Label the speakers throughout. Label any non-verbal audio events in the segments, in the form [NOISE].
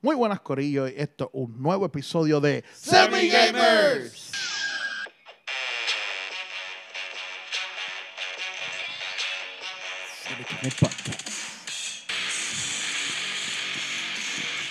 Speaker 1: Muy buenas, Corillo. y Esto es un nuevo episodio de
Speaker 2: Gamers.
Speaker 1: Semigamer Podcast.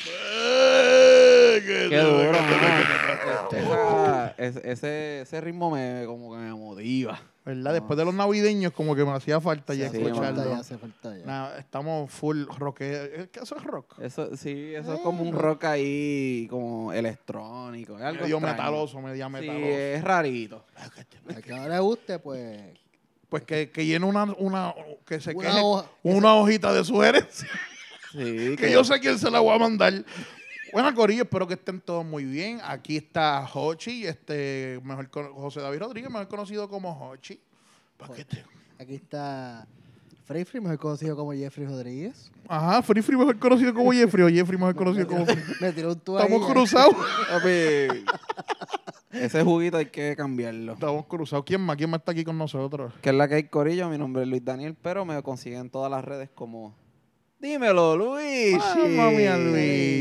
Speaker 1: Eh, qué
Speaker 2: Qué duro,
Speaker 1: duro.
Speaker 2: mano. Esa- es- ese, ese ritmo me como que me motiva.
Speaker 1: ¿Verdad? Después de los navideños, como que me hacía falta ya
Speaker 2: Sí,
Speaker 3: hace falta
Speaker 1: escucharlo.
Speaker 3: ya, hace falta ya.
Speaker 1: Nah, estamos full rock. eh, ¿Qué eso es rock?
Speaker 2: Eso, sí, eso es como un rock ahí, como electrónico. es algo
Speaker 1: Mm. medio
Speaker 2: extraño.
Speaker 1: metaloso, medio
Speaker 2: Sí, eh.
Speaker 1: metaloso.
Speaker 2: es rarito.
Speaker 3: Al que ahora le guste, pues.
Speaker 1: Pues que, que llene una, una que se
Speaker 3: Una
Speaker 1: queje
Speaker 3: hoja.
Speaker 1: una hojita de sugerencia.
Speaker 2: Sí,
Speaker 1: que yo sé quién se la voy a mandar. Bueno, Corillo, espero que estén todos muy bien. Aquí está Hochi, este, mejor con- José David Rodríguez, mejor conocido como Hochi. ¿Para qué te-
Speaker 3: Aquí está Frey Free, mejor conocido como Jeffrey Rodríguez.
Speaker 1: Ajá, Free Free mejor conocido como Jeffrey, o Jeffrey mejor conocido como Free.
Speaker 3: Me tiró un tú [LAUGHS] ahí,
Speaker 1: Estamos
Speaker 3: eh.
Speaker 1: cruzados. [LAUGHS]
Speaker 2: Papi, ese juguito hay que cambiarlo.
Speaker 1: Estamos cruzados. ¿Quién más? ¿Quién más está aquí con nosotros?
Speaker 2: Que es la que hay corillo, mi nombre es Luis Daniel, pero me consiguen todas las redes como... Dímelo, Luis.
Speaker 1: Mamma mía, Luigi,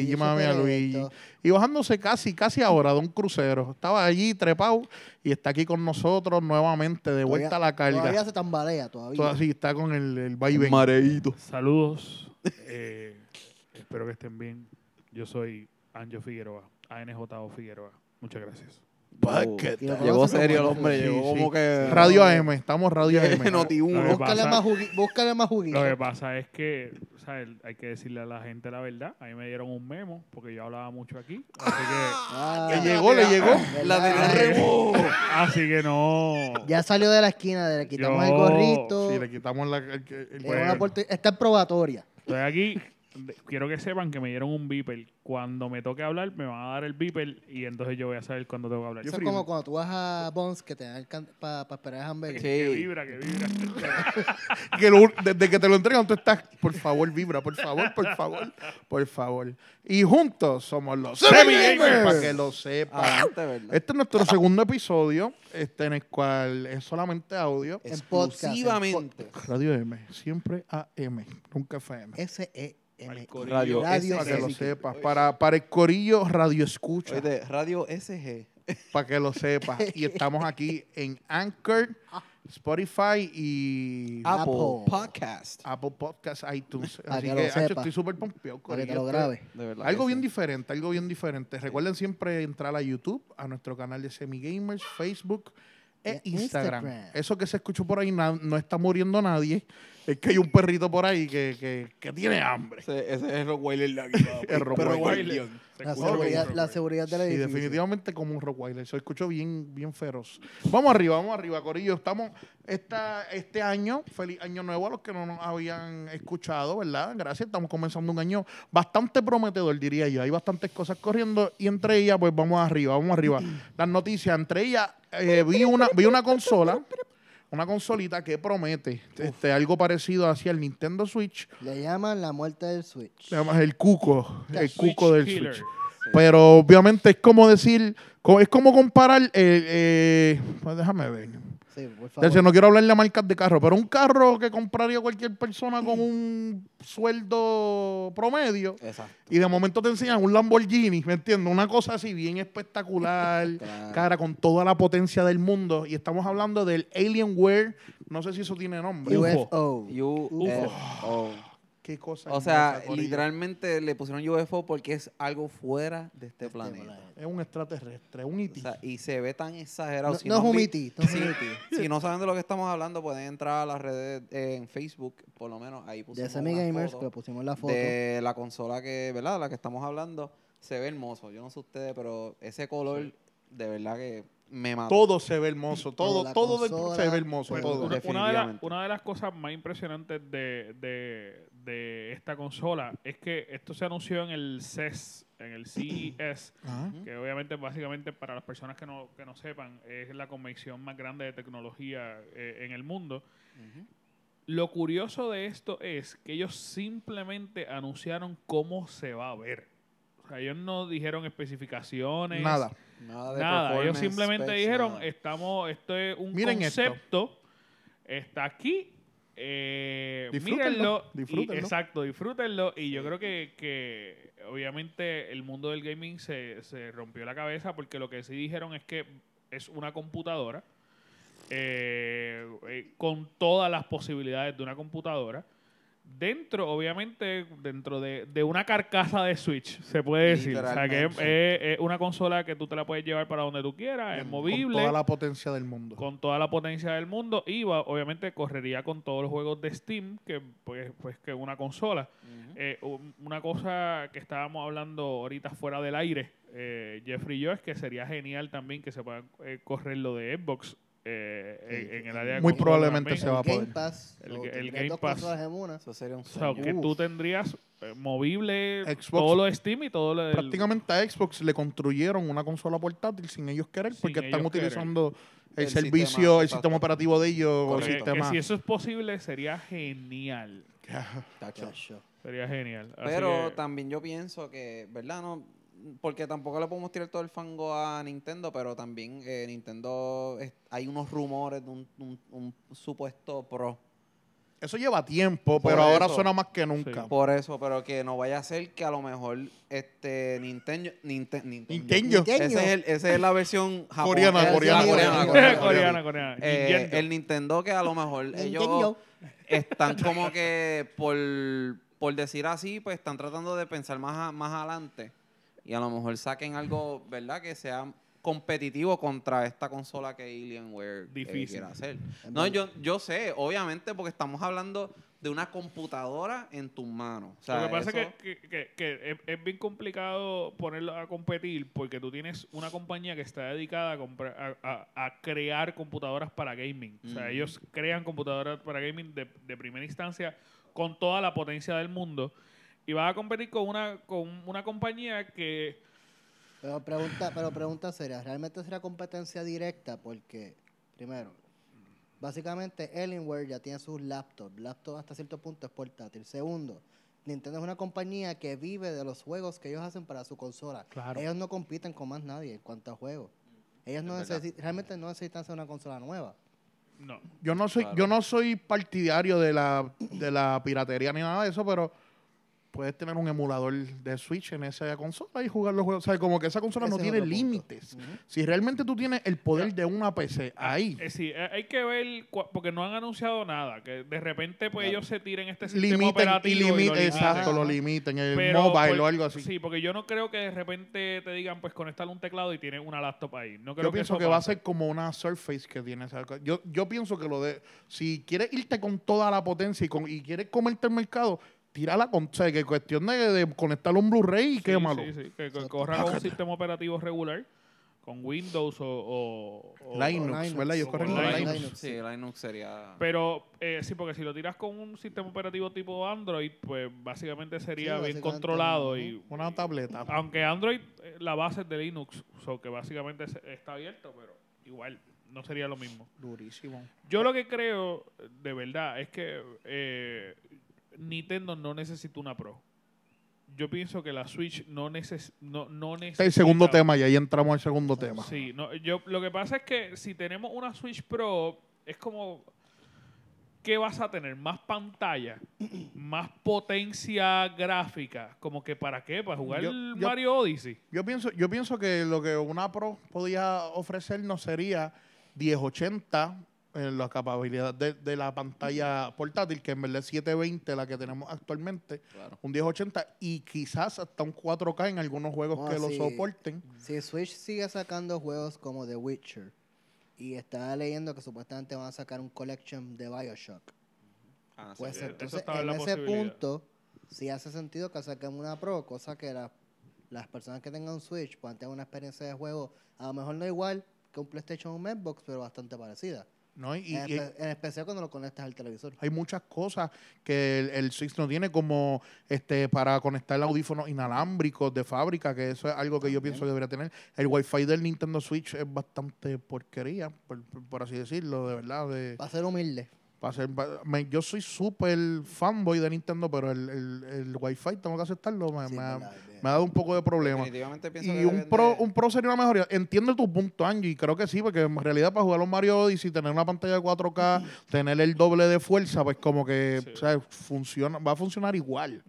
Speaker 3: Luigi,
Speaker 1: mamma mía,
Speaker 3: superesto.
Speaker 1: Luigi. Y bajándose casi, casi ahora de un crucero. Estaba allí trepado y está aquí con nosotros nuevamente, de vuelta a la carga.
Speaker 3: Todavía se tambalea, todavía.
Speaker 1: Todo así, está con el, el vaivén.
Speaker 2: Mareíto.
Speaker 3: Oh,
Speaker 4: Saludos. [LAUGHS] Eh, espero que estén bien. Yo soy Anjo Figueroa, ANJO Figueroa. Muchas gracias.
Speaker 1: Bucket.
Speaker 3: Y lo
Speaker 2: Pues, Llegó
Speaker 3: conoce
Speaker 2: serio el
Speaker 3: como-
Speaker 2: hombre,
Speaker 1: Sí,
Speaker 2: llegó
Speaker 1: sí.
Speaker 2: como que...
Speaker 1: Radio
Speaker 2: [LAUGHS]
Speaker 1: AM, estamos Radio AM.
Speaker 2: Noti uno.
Speaker 4: Lo que
Speaker 3: Búscale
Speaker 4: pasa-
Speaker 3: más, jugui- búscale más juguito.
Speaker 4: Lo que pasa es que o sea, el- hay que decirle a la gente la verdad. A mí me dieron un memo porque yo hablaba mucho aquí. Así que,
Speaker 3: Ah,
Speaker 1: Le llegó, le llegó.
Speaker 2: La
Speaker 3: ¿verdad?
Speaker 2: tenía remo.
Speaker 4: así que no.
Speaker 3: Ya salió de la esquina, le quitamos el
Speaker 4: Yo-
Speaker 3: gorrito.
Speaker 1: Sí, pues. le quitamos la, el, el- el-
Speaker 3: Le dio una
Speaker 4: bueno.
Speaker 3: oportun- Está en probatoria.
Speaker 4: Estoy aquí. De- Quiero que sepan que me dieron un beeper. Cuando me toque hablar, me van a dar el beeper y entonces yo voy a saber cuándo tengo que hablar.
Speaker 3: Eso es
Speaker 1: frío.
Speaker 3: como cuando tú vas a Bones que te dan para esperar a hamburger.
Speaker 2: Sí.
Speaker 4: Que vibra, que vibra.
Speaker 1: que lo- desde que te lo entregan, tú estás, por favor, vibra, por favor, por favor, por favor. Y juntos somos los
Speaker 4: Semi-gamers.
Speaker 1: Semi-gamers, para que lo sepan.
Speaker 2: Adelante, ¿verdad?
Speaker 1: Este es nuestro segundo episodio, este, en el cual es solamente audio.
Speaker 3: En podcast, en
Speaker 2: Exclusivamente.
Speaker 1: Radio M, siempre AM, nunca FM.
Speaker 3: S-E-M.
Speaker 2: Radio
Speaker 3: Radio
Speaker 1: Para que lo
Speaker 3: SG.
Speaker 1: sepas, para, para el corillo Radio Escucha,
Speaker 2: Oye, Radio SG.
Speaker 1: para que lo sepas.
Speaker 3: [LAUGHS]
Speaker 1: Y estamos aquí en Anchor, Spotify y
Speaker 3: Ah.
Speaker 2: Apple,
Speaker 3: Apple.
Speaker 2: Podcast.
Speaker 1: Apple Podcasts, iTunes.
Speaker 3: Para
Speaker 1: Así
Speaker 3: que
Speaker 1: que,
Speaker 3: lo
Speaker 1: hacho,
Speaker 3: sepa.
Speaker 1: estoy súper pompeado.
Speaker 3: Para que te
Speaker 1: corillo.
Speaker 3: lo grabe.
Speaker 2: De verdad.
Speaker 1: Algo
Speaker 2: que
Speaker 1: bien
Speaker 2: sí.
Speaker 1: diferente, algo bien diferente. Recuerden siempre entrar a YouTube, a nuestro canal de Semigamers, Facebook e
Speaker 3: Y
Speaker 1: Instagram.
Speaker 3: Instagram.
Speaker 1: Eso que se escuchó por ahí, na- no está muriendo nadie. Es que hay un perrito por ahí que, que- que tiene hambre.
Speaker 2: Ese, ese es el Rockweiler de aquí. papi.
Speaker 1: El Rockweiler.
Speaker 2: Pero Guardian.
Speaker 3: La
Speaker 1: escucha como
Speaker 3: seguridad,
Speaker 1: un
Speaker 3: la seguridad del
Speaker 1: Sí,
Speaker 3: edificio.
Speaker 1: definitivamente como un Rockweiler. Se escuchó bien, bien feroz. Vamos arriba, vamos arriba, Corillo. Estamos esta, este año, feliz año nuevo a los que no nos habían escuchado, ¿verdad? Gracias. Estamos comenzando un año bastante prometedor, diría yo. Hay bastantes cosas corriendo y entre ellas, pues vamos arriba, vamos arriba. Las noticias, entre ellas, eh, vi, una, vi una consola. Una consolita que promete este, algo parecido hacia el Nintendo Switch,
Speaker 3: Le llaman la muerte del Switch.
Speaker 1: le llamas el cuco, el
Speaker 4: Switch
Speaker 1: cuco del
Speaker 4: killer.
Speaker 1: Switch. Pero obviamente es como decir, co- es como comparar, eh, eh, pues déjame ver.
Speaker 3: Sí, por favor.
Speaker 1: Entonces, no quiero hablar de marcas de carro, pero un carro que compraría cualquier persona con un sueldo promedio
Speaker 2: Exacto.
Speaker 1: y de momento te enseñan un Lamborghini, ¿me entiendes? Una cosa así bien espectacular,
Speaker 2: [LAUGHS] Claro.
Speaker 1: cara, con toda la potencia del mundo. Y estamos hablando del Alienware, no sé si eso tiene nombre.
Speaker 4: Uf.
Speaker 3: UFO.
Speaker 2: You-
Speaker 3: Oh.
Speaker 2: UFO.
Speaker 1: Qué cosa.
Speaker 2: eh, oh. O sea,
Speaker 1: hermosa, Corillo.
Speaker 2: literalmente le pusieron UFO porque es algo fuera de este planeta.
Speaker 3: No,
Speaker 1: Es un extraterrestre, un E
Speaker 2: O
Speaker 1: IT.
Speaker 2: sea, y se ve tan exagerado. Si
Speaker 3: no es
Speaker 2: han
Speaker 3: un
Speaker 2: vi-
Speaker 3: miti, no es un
Speaker 2: Sí.
Speaker 3: miti.
Speaker 2: Si no saben de lo que estamos hablando, pueden entrar a las redes eh, en Facebook, por lo menos ahí
Speaker 3: De
Speaker 2: pusimos
Speaker 3: Semi
Speaker 2: una
Speaker 3: Gamers,
Speaker 2: foto
Speaker 3: pues pusimos la foto.
Speaker 2: de la consola que, ¿verdad? De la que estamos hablando, se ve hermoso. Yo no sé ustedes, pero ese color, de verdad que me mató.
Speaker 1: Todo se ve hermoso,
Speaker 3: Todo,
Speaker 1: todo,
Speaker 3: la
Speaker 1: todo del-
Speaker 3: consola,
Speaker 1: se ve hermoso,
Speaker 3: todo.
Speaker 1: todo.
Speaker 4: Una- Una de, la-
Speaker 2: Definitivamente.
Speaker 4: una de las cosas más impresionantes de, de- de esta consola es que esto se anunció en el CES, en el CES,
Speaker 1: Ajá.
Speaker 4: que obviamente básicamente para las personas que no, que no sepan es la convención más grande de tecnología eh, en el mundo. Lo curioso de esto es que ellos simplemente anunciaron cómo se va a ver. O sea, ellos no dijeron especificaciones.
Speaker 1: Nada.
Speaker 2: Nada, de
Speaker 4: Nada, ellos
Speaker 2: performance,
Speaker 4: simplemente
Speaker 2: specs,
Speaker 4: dijeron,
Speaker 2: nada.
Speaker 4: estamos, esto es un
Speaker 1: Miren esto.
Speaker 4: concepto, está aquí Eh,
Speaker 1: Disfrútenlo,
Speaker 4: mírenlo y-
Speaker 1: disfrútenlo.
Speaker 4: exacto, disfrútenlo. Y yo creo que, que obviamente el mundo del gaming se, se rompió la cabeza porque lo que sí dijeron es que es una computadora eh, eh, con todas las posibilidades de una computadora. Dentro, obviamente, dentro de, de una carcasa de Switch, se puede decir. O sea, que es, es- es eh, una consola que tú te la puedes llevar para donde tú quieras, es
Speaker 1: Con
Speaker 4: movible
Speaker 1: toda la potencia del mundo.
Speaker 4: con toda la potencia del mundo y va- obviamente correría con todos los juegos de Steam que pues, pues que una consola Eh, un- una cosa que estábamos hablando ahorita fuera del aire eh, Jeffrey y yo es que sería genial también que se pueda eh, correr lo de Xbox eh, en- en, el área de
Speaker 1: Muy
Speaker 4: control
Speaker 1: probablemente
Speaker 4: también.
Speaker 1: se va a
Speaker 3: Game
Speaker 1: poder.
Speaker 3: Pass.
Speaker 4: El-
Speaker 3: o
Speaker 4: el
Speaker 3: tendrías
Speaker 4: Game
Speaker 3: dos
Speaker 4: Pass.
Speaker 3: consolas en una.
Speaker 2: Eso sería un
Speaker 4: o sea,
Speaker 2: sueño.
Speaker 4: que
Speaker 1: Uf.
Speaker 4: tú tendrías eh, movible
Speaker 1: Xbox.
Speaker 4: todo lo de Steam y todo lo del-
Speaker 1: Prácticamente a Xbox le construyeron una consola portátil sin ellos querer
Speaker 4: Sin
Speaker 1: porque están
Speaker 4: ellos querer.
Speaker 1: utilizando el,
Speaker 2: El
Speaker 1: servicio,
Speaker 2: sistema,
Speaker 1: el
Speaker 2: exacto.
Speaker 1: sistema operativo de ellos, o el
Speaker 4: Que- que
Speaker 1: sistema.
Speaker 4: si eso es posible sería genial
Speaker 2: Tacho.
Speaker 3: Chacho.
Speaker 4: sería genial Así
Speaker 2: Pero
Speaker 4: que-
Speaker 2: también yo pienso que, ¿verdad? No, porque tampoco le podemos tirar todo el fango a Nintendo, pero también eh, Nintendo es- hay unos rumores de un, un- un supuesto pro.
Speaker 1: Eso lleva tiempo,
Speaker 2: Por
Speaker 1: pero ahora
Speaker 2: eso.
Speaker 1: suena más que nunca.
Speaker 4: Sí.
Speaker 2: Por eso, pero que no vaya a ser que a lo mejor este Nintendo Nintendo
Speaker 1: Nintendo.
Speaker 3: Nintendo.
Speaker 2: Esa es, el- esa es la versión japonesa.
Speaker 1: Coreana,
Speaker 2: la
Speaker 1: coreana,
Speaker 2: coreana,
Speaker 1: coreana,
Speaker 2: coreana,
Speaker 4: [LAUGHS]
Speaker 2: [LAUGHS]
Speaker 4: coreana,
Speaker 2: coreana.
Speaker 4: coreana.
Speaker 2: Eh,
Speaker 4: Nintendo.
Speaker 2: el Nintendo que a lo mejor ellos
Speaker 3: Nintendo.
Speaker 2: están como que por, por decir así, pues están tratando de pensar más, a- más adelante y a lo mejor saquen algo, ¿verdad? Que sea competitivo contra esta consola que Alienware eh,
Speaker 4: Difícil.
Speaker 2: quiere hacer. No, yo, yo sé, obviamente, porque estamos hablando de una computadora en tus manos. O sea,
Speaker 4: Lo que pasa
Speaker 2: eso-
Speaker 4: es que, que- que- que es, es bien complicado ponerlo a competir porque tú tienes una compañía que está dedicada a, compra- a- a- a crear computadoras para gaming. O sea,
Speaker 2: Ujú.
Speaker 4: ellos crean computadoras para gaming de, de primera instancia con toda la potencia del mundo y vas a competir con una, con una compañía que...
Speaker 3: Pero pregunta, pero pregunta seria, ¿realmente será competencia directa? Porque, primero, básicamente Alienware ya tiene sus laptops. Laptop hasta cierto punto es portátil. Segundo, Nintendo es una compañía que vive de los juegos que ellos hacen para su consola.
Speaker 1: Claro.
Speaker 3: Ellos no compiten con más nadie en cuanto a juegos. Ellos no
Speaker 2: Es verdad.
Speaker 3: necesi- realmente no necesitan hacer una consola nueva.
Speaker 4: No,
Speaker 1: Yo no soy,
Speaker 2: Claro.
Speaker 1: yo no soy partidario de la, de la piratería ni nada de eso, pero puedes tener un emulador de Switch en esa consola y jugar los juegos. O sea, como que esa consola no
Speaker 3: Ese es
Speaker 1: tiene
Speaker 3: otro punto.
Speaker 1: límites. Si realmente tú tienes el poder de una PC ahí,
Speaker 4: Eh, sí, eh, hay que ver, cua- porque no han anunciado nada, que de repente pues ellos se tiren este sistema
Speaker 1: limiten y
Speaker 4: operativo. y lo
Speaker 1: limiten,
Speaker 4: limiten.
Speaker 1: exacto, lo
Speaker 3: Ajá.
Speaker 1: limiten, el
Speaker 4: Pero
Speaker 1: mobile
Speaker 4: por-
Speaker 1: o algo así.
Speaker 4: Sí, porque yo no creo que de repente te digan, pues conectar un teclado y tienes una laptop ahí. No creo
Speaker 1: Yo pienso
Speaker 4: eso
Speaker 1: que va a
Speaker 4: pase.
Speaker 1: ser como una Surface que tiene esa cosa. Yo, yo pienso que lo de. Si quieres irte con toda la potencia y, con, y quieres comerte el mercado, tírala con. O sea, que cuestión de, de conectarle un Blu-ray y
Speaker 4: Sí,
Speaker 1: quémalo.
Speaker 4: sí, sí, que, que corra con un sistema operativo regular, con Windows o. o- o-
Speaker 1: Linux,
Speaker 3: Linux.
Speaker 1: ¿verdad? Yo
Speaker 4: O
Speaker 1: corren
Speaker 4: con
Speaker 1: con
Speaker 4: Linux.
Speaker 1: Linux.
Speaker 3: Linux,
Speaker 2: Sí, Linux sería...
Speaker 4: Pero eh, sí, porque si lo tiras con un sistema operativo tipo Android, pues básicamente sería
Speaker 3: Sí,
Speaker 4: bien
Speaker 3: básicamente,
Speaker 4: controlado.
Speaker 3: ujú.
Speaker 4: y
Speaker 1: Una tableta.
Speaker 4: Aunque Android, eh, la base es de Linux, o sea, que básicamente se- está abierto, pero igual no sería lo mismo.
Speaker 1: Durísimo.
Speaker 4: Yo lo que creo, de verdad, es que eh, Nintendo no necesita una Pro. Yo pienso que la Switch no, neces no, no
Speaker 1: Este
Speaker 4: necesita...
Speaker 1: es el segundo tema y ahí entramos al segundo tema.
Speaker 4: Sí, no, yo, lo que pasa es que si tenemos una Switch Pro, es como... ¿Qué vas a tener? Más pantalla, más potencia gráfica. Como que para qué? Para jugar
Speaker 1: Yo-
Speaker 4: el
Speaker 1: yo-
Speaker 4: Mario Odyssey.
Speaker 1: Yo pienso, yo pienso que lo que una Pro podía ofrecernos sería 1080 en la capacidad de, de la pantalla portátil, que en verdad es 720 la que tenemos actualmente,
Speaker 2: Claro.
Speaker 1: un 1080 y quizás hasta un 4K en algunos juegos
Speaker 3: Ah,
Speaker 1: que lo
Speaker 3: sí.
Speaker 1: soporten.
Speaker 3: Si Switch sigue sacando juegos como The Witcher y estaba leyendo que supuestamente van a sacar un collection de Bioshock,
Speaker 2: Ah, sí,
Speaker 3: pues
Speaker 4: eso
Speaker 3: entonces
Speaker 4: estaba en
Speaker 3: en
Speaker 4: la
Speaker 3: ese
Speaker 4: posibilidad.
Speaker 3: punto sí hace sentido que saquen una Pro, cosa que la- las personas que tengan un Switch puedan tener una experiencia de juego a lo mejor no igual que un PlayStation o un Xbox, pero bastante parecida.
Speaker 1: ¿no? Y,
Speaker 3: en,
Speaker 1: y-
Speaker 3: espe- en especial cuando lo conectas al televisor.
Speaker 1: hay muchas cosas que el, el Switch no tiene como este para conectar audífonos inalámbricos de fábrica, que eso es algo que yo pienso que debería tener. El Wi-Fi del Nintendo Switch es bastante porquería, por, por- por así decirlo, de verdad, de,
Speaker 3: Va a ser humilde.
Speaker 1: Pa' hacer- pa- me- yo soy súper fanboy de Nintendo, pero el, el, el Wi-Fi tengo que aceptarlo. Me,
Speaker 3: Sí,
Speaker 1: me ha,
Speaker 3: verdad, bien.
Speaker 1: me ha dado un poco de problema.
Speaker 2: Definitivamente pienso que
Speaker 1: Y un
Speaker 2: deben
Speaker 1: pro,
Speaker 2: de-
Speaker 1: un pro sería una mejoría. Entiendo tu punto, Angie, y creo que sí, porque en realidad para jugar los Mario Odyssey, tener una pantalla de 4K, tener el doble de fuerza, pues como que
Speaker 4: Sí.
Speaker 1: ¿sabes? funciona, va a funcionar igual.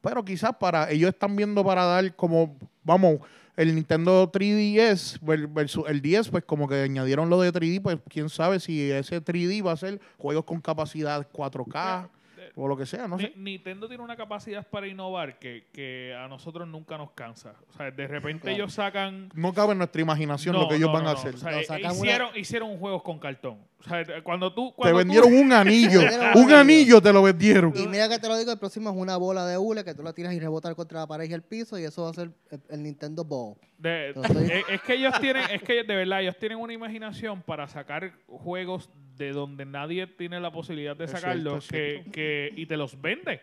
Speaker 1: Pero quizás para ellos están viendo para dar como, vamos, el Nintendo 3DS ver- versus el 10, pues como que añadieron lo de 3D, pues quién sabe si ese 3D va a ser juegos con capacidad 4K
Speaker 4: Bueno, eh,
Speaker 1: o lo que sea, no
Speaker 4: Ni-
Speaker 1: sé.
Speaker 4: Nintendo tiene una capacidad para innovar que, que a nosotros nunca nos cansa. O sea, de repente
Speaker 3: Claro.
Speaker 4: ellos sacan...
Speaker 1: No cabe en nuestra imaginación
Speaker 4: No,
Speaker 1: lo que ellos
Speaker 4: no,
Speaker 1: van
Speaker 4: no,
Speaker 1: a
Speaker 4: no.
Speaker 1: hacer.
Speaker 4: O sea,
Speaker 3: Lo
Speaker 4: eh,
Speaker 3: sacan una-
Speaker 4: hicieron, hicieron juegos con cartón. O sea, eh, cuando tú...
Speaker 1: te
Speaker 4: Cuando tú-
Speaker 1: vendieron
Speaker 4: [LAUGHS]
Speaker 1: un anillo.
Speaker 3: Te vendieron
Speaker 1: un
Speaker 3: un anillo.
Speaker 1: anillo te lo vendieron.
Speaker 3: Y mira que te lo digo, el próximo es una bola de hule que tú la tiras y rebotar contra la pared y el piso y eso va a ser el, el Nintendo Ball.
Speaker 4: De-
Speaker 3: Lo estoy-
Speaker 4: eh, es que ellos tienen, es que de verdad, ellos tienen una imaginación para sacar juegos de donde nadie tiene la posibilidad de
Speaker 1: Es
Speaker 4: sacarlos
Speaker 1: cierto, es
Speaker 4: que, que- y te los vende.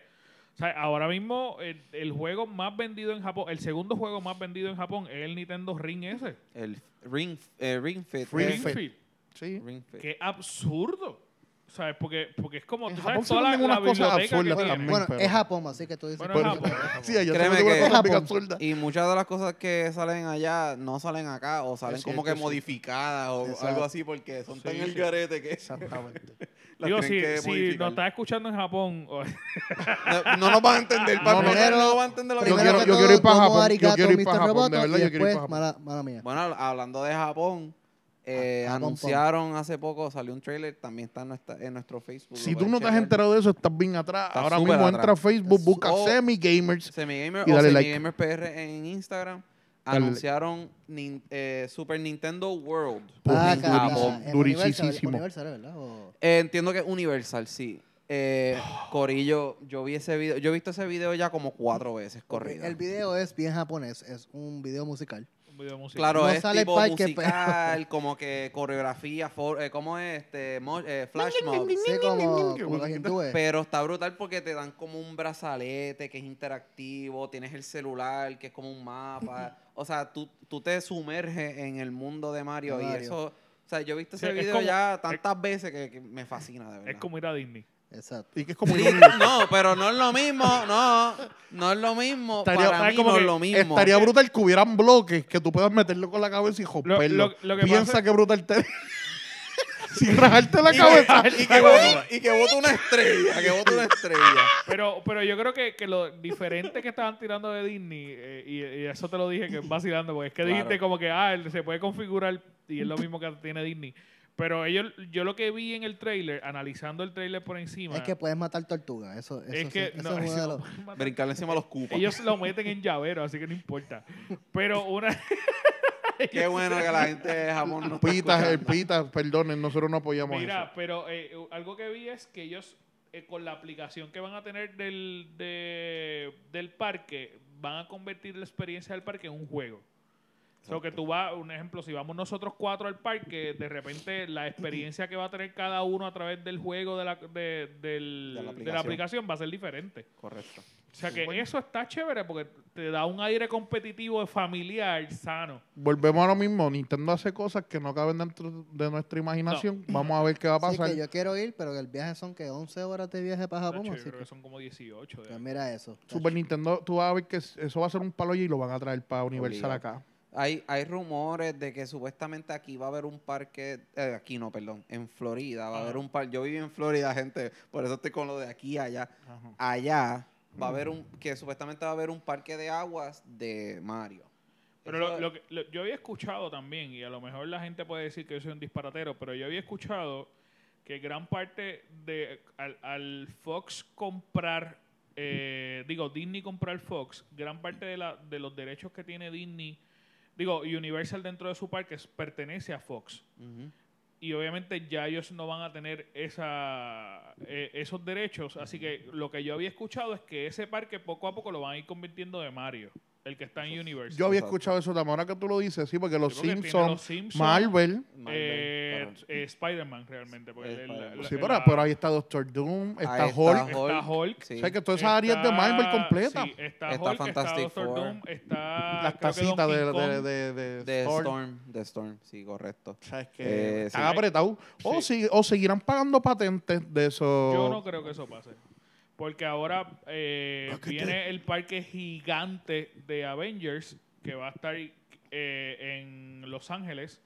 Speaker 4: O sea, ahora mismo el, el juego más vendido en Japón, el segundo juego más vendido en Japón es el Nintendo Ring S.
Speaker 2: El Ring, eh, ring Fit.
Speaker 1: Ring
Speaker 2: eh,
Speaker 1: Fit.
Speaker 4: Fit.
Speaker 1: Sí.
Speaker 2: Ring Fit.
Speaker 4: Qué absurdo. ¿Sabes? Porque, porque es como
Speaker 1: En
Speaker 4: tú
Speaker 1: Japón
Speaker 4: sabes
Speaker 1: se
Speaker 4: toda la,
Speaker 1: venden
Speaker 4: la
Speaker 1: unas cosas
Speaker 4: biblioteca que
Speaker 1: absurdas
Speaker 4: tienen.
Speaker 1: también.
Speaker 3: Bueno,
Speaker 1: Mm, pero-
Speaker 3: es Japón, así que tú dices...
Speaker 4: Bueno,
Speaker 3: que-
Speaker 4: es
Speaker 1: Pero-
Speaker 4: Japón.
Speaker 1: Sí, allá
Speaker 2: Créeme
Speaker 1: se vende
Speaker 2: que-
Speaker 1: una cosa bien
Speaker 3: Japón.
Speaker 1: absurda.
Speaker 2: Y muchas de las cosas que salen allá no salen acá o salen
Speaker 1: Es
Speaker 2: como
Speaker 1: cierto,
Speaker 2: que
Speaker 1: sí.
Speaker 2: modificadas o
Speaker 3: Exacto.
Speaker 2: algo así porque son tan
Speaker 1: Sí,
Speaker 2: el
Speaker 1: sí.
Speaker 2: garete que
Speaker 1: Exactamente.
Speaker 2: las
Speaker 4: Digo,
Speaker 2: tienen
Speaker 4: si,
Speaker 2: que
Speaker 4: si
Speaker 2: modificar.
Speaker 4: nos estás escuchando en Japón,
Speaker 2: [LAUGHS] no, no nos van a entender, papi, no,
Speaker 3: Primero-
Speaker 2: no van a entender lo que
Speaker 1: Yo
Speaker 3: Primero
Speaker 1: quiero-
Speaker 3: que
Speaker 1: yo
Speaker 3: todo,
Speaker 1: quiero ir pa'
Speaker 3: como
Speaker 1: Japón, yo
Speaker 3: arigato,
Speaker 1: quiero ir
Speaker 3: Mr.
Speaker 1: pa' Japón, de
Speaker 3: Roboto,
Speaker 1: verdad,
Speaker 3: y
Speaker 1: yo quiero ir pa'
Speaker 3: después,
Speaker 1: Japón.
Speaker 3: Mala, mala mía.
Speaker 2: Bueno, hab- hablando de Japón, eh,
Speaker 3: Ah, Japón,
Speaker 2: anunciaron hace poco, salió un trailer, también está en, nuestra- en nuestro Facebook.
Speaker 1: Si tú
Speaker 2: lo pueden
Speaker 1: no te has
Speaker 2: chequear.
Speaker 1: enterado de eso, estás bien atrás.
Speaker 2: Estás
Speaker 1: Ahora
Speaker 2: súper
Speaker 1: mismo
Speaker 2: atrás.
Speaker 1: entra a Facebook,
Speaker 3: Estás
Speaker 1: busca
Speaker 2: súper-
Speaker 1: Semi Gamers.
Speaker 2: Semigamer
Speaker 1: Y
Speaker 2: o
Speaker 1: dale like.
Speaker 2: Semigamer PR en Instagram
Speaker 1: Dale like.
Speaker 2: anunciaron nin- eh, Super Nintendo World
Speaker 1: Ah,
Speaker 2: en
Speaker 1: caramba.
Speaker 2: Japón.
Speaker 1: Japón, durisísimo.
Speaker 3: Universal, ¿verdad? O-
Speaker 2: Eh, entiendo que es Universal, sí.
Speaker 4: [GASPS]
Speaker 2: Eh, Corillo, yo vi ese video, yo he visto ese video ya como cuatro veces corrido.
Speaker 3: El video es bien japonés, es un video musical.
Speaker 4: un video musical.
Speaker 2: Claro,
Speaker 3: No
Speaker 2: es
Speaker 3: sale
Speaker 2: tipo
Speaker 3: parque, pero-
Speaker 2: musical,
Speaker 3: [LAUGHS]
Speaker 2: como que coreografía, for- eh, ¿cómo es? Este, mo- eh, flash mob.
Speaker 3: Sí, como, como los
Speaker 1: bonito.
Speaker 3: hindúes.
Speaker 2: Pero está brutal porque te dan como un brazalete que es interactivo, tienes el celular que es como un mapa. O sea, tú, tú te sumerges en el mundo de Mario,
Speaker 3: Mario.
Speaker 2: y eso... O sea, yo he visto
Speaker 4: Sí,
Speaker 2: ese
Speaker 4: es
Speaker 2: video
Speaker 4: como-
Speaker 2: ya tantas veces que, que me fascina, de verdad.
Speaker 4: Es como ir a Disney.
Speaker 3: Exacto.
Speaker 1: Y que es como
Speaker 2: Sí,
Speaker 1: ir a un-
Speaker 2: [LAUGHS] no, pero no es lo mismo, no, no es lo mismo.
Speaker 1: Estaría-
Speaker 2: para
Speaker 4: ¿sabes
Speaker 2: mí
Speaker 4: como
Speaker 2: no es
Speaker 4: que
Speaker 2: lo mismo.
Speaker 1: Estaría brutal que hubieran bloques que tú puedas meterlo con la cabeza y romperlo.
Speaker 4: lo- lo que
Speaker 1: Piensa
Speaker 4: pasa-
Speaker 1: que brutal te... [LAUGHS] Sin rajarte la cabeza.
Speaker 2: [LAUGHS] y que bote- y que bote una estrella, que bote una estrella.
Speaker 4: Pero, pero yo creo que, que lo diferente que estaban tirando de Disney, eh, y, y eso te lo dije que vacilando, porque es que
Speaker 2: Claro.
Speaker 4: dijiste como que ah, él se puede configurar y es lo mismo que tiene Disney. Pero ellos, yo lo que vi en el trailer, analizando el trailer por encima,
Speaker 3: Es que puedes matar tortugas, eso, eso,
Speaker 4: es
Speaker 3: sí,
Speaker 4: que
Speaker 3: eso
Speaker 4: no,
Speaker 3: es uno de
Speaker 4: eso-
Speaker 3: los...
Speaker 2: Brincarle encima a los cupas.
Speaker 4: [LAUGHS] ellos lo meten en llavero, así que no importa. Pero una
Speaker 2: Qué bueno que la gente de Japón no está
Speaker 1: Pitas, el
Speaker 2: escuchando.
Speaker 1: pitas, perdonen, nosotros no apoyamos
Speaker 4: Mira,
Speaker 1: eso.
Speaker 4: pero eh, algo que vi es que ellos, eh, con la aplicación que van a tener del, de- del parque, van a convertir la experiencia del parque en un juego. O sea, que tú vas, un ejemplo, si vamos nosotros cuatro al parque, de repente
Speaker 2: [CLEARS THROAT]
Speaker 4: la experiencia que va a tener cada uno a través del juego de la, de, del-
Speaker 2: De la
Speaker 4: de
Speaker 2: aplicación.
Speaker 4: la aplicación va a ser diferente.
Speaker 2: Correcto.
Speaker 4: O sea que eso está chévere porque te da un aire competitivo familiar sano.
Speaker 1: Volvemos a lo mismo. Nintendo hace cosas que no caben dentro de nuestra imaginación. Vamos a ver qué va a
Speaker 3: Así
Speaker 1: pasar.
Speaker 3: que yo quiero ir, pero el viaje son que 11 horas de viaje para Japón,
Speaker 4: Tacho, yo
Speaker 3: Ah, así que...
Speaker 4: creo que son como 18. de
Speaker 3: pues
Speaker 4: ahí.
Speaker 3: mira eso.
Speaker 1: Super Nintendo, tú vas a ver que es- eso va a ser un palo y lo van a traer para Universal
Speaker 2: Obligado.
Speaker 1: acá.
Speaker 2: Hay, hay rumores de que supuestamente aquí va a haber un parque, eh, aquí no, perdón, en Florida va a
Speaker 4: Ajá.
Speaker 2: haber un parque. Yo viví en Florida, gente, por eso estoy con lo de aquí y allá. Allá va a haber un, que supuestamente va a haber un parque de aguas de Mario.
Speaker 4: Pero
Speaker 2: Eso-
Speaker 4: lo, lo que, lo- yo había escuchado también, y a lo mejor la gente puede decir que yo soy un disparatero, pero yo había escuchado que gran parte de al, al Fox comprar, eh, digo, Disney comprar Fox, gran parte de, la, de los derechos que tiene Disney, digo, Universal dentro de su parque es- pertenece a Fox.
Speaker 2: Ujú.
Speaker 4: Y obviamente ya ellos no van a tener esa, eh, esos derechos, así que lo que yo había escuchado es que ese parque poco a poco lo van a ir convirtiendo de Mario. el que está en Universe.
Speaker 1: Yo había
Speaker 2: Exacto.
Speaker 1: escuchado eso también. Ahora que tú lo dices, sí, porque los
Speaker 4: Sí, porque tiene
Speaker 1: Simpsons,
Speaker 4: los Simpsons,
Speaker 1: Marvel.
Speaker 2: Marvel,
Speaker 4: eh,
Speaker 2: correcto.
Speaker 4: eh, Spider-Man realmente. Porque
Speaker 2: Eh,
Speaker 4: el- la-
Speaker 2: Spider-Man.
Speaker 4: la-
Speaker 1: Pues Sí,
Speaker 4: la-
Speaker 1: pero, pero ahí está Doctor Doom, está
Speaker 2: Ahí
Speaker 1: Hulk.
Speaker 4: Está Hulk.
Speaker 2: sí.
Speaker 1: O sea, que todas esas áreas de
Speaker 4: está-
Speaker 1: Marvel completa.
Speaker 4: sí, está,
Speaker 2: Está
Speaker 4: Hulk,
Speaker 2: Fantastic
Speaker 4: está Doctor
Speaker 2: Four.
Speaker 4: Doom, está...
Speaker 1: Las
Speaker 4: creo que
Speaker 1: tacitas de,
Speaker 4: Donkey
Speaker 1: de,
Speaker 4: Kong.
Speaker 1: de, de
Speaker 2: De
Speaker 1: Thor.
Speaker 2: Storm, de Storm, sí, correcto.
Speaker 1: O sea, es
Speaker 2: Eh,
Speaker 1: que
Speaker 2: sí.
Speaker 1: están apretados. O, si- o seguirán pagando patentes de esos.
Speaker 4: Yo no creo que eso pase. Porque ahora eh, viene el parque gigante de Avengers que va a estar eh, en Los Ángeles.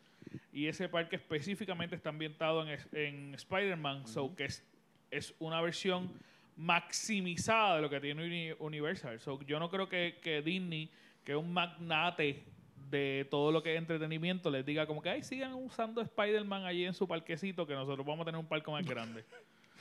Speaker 4: Y ese parque específicamente está ambientado en, es- en Spider-Man. So que es, es una versión maximizada de lo que tiene Uni- Universal. So, yo no creo que, que Disney, que es un magnate de todo lo que es entretenimiento, les diga como que, ay, sigan usando Spider-Man allí en su parquecito, que nosotros vamos a tener un parque más grande.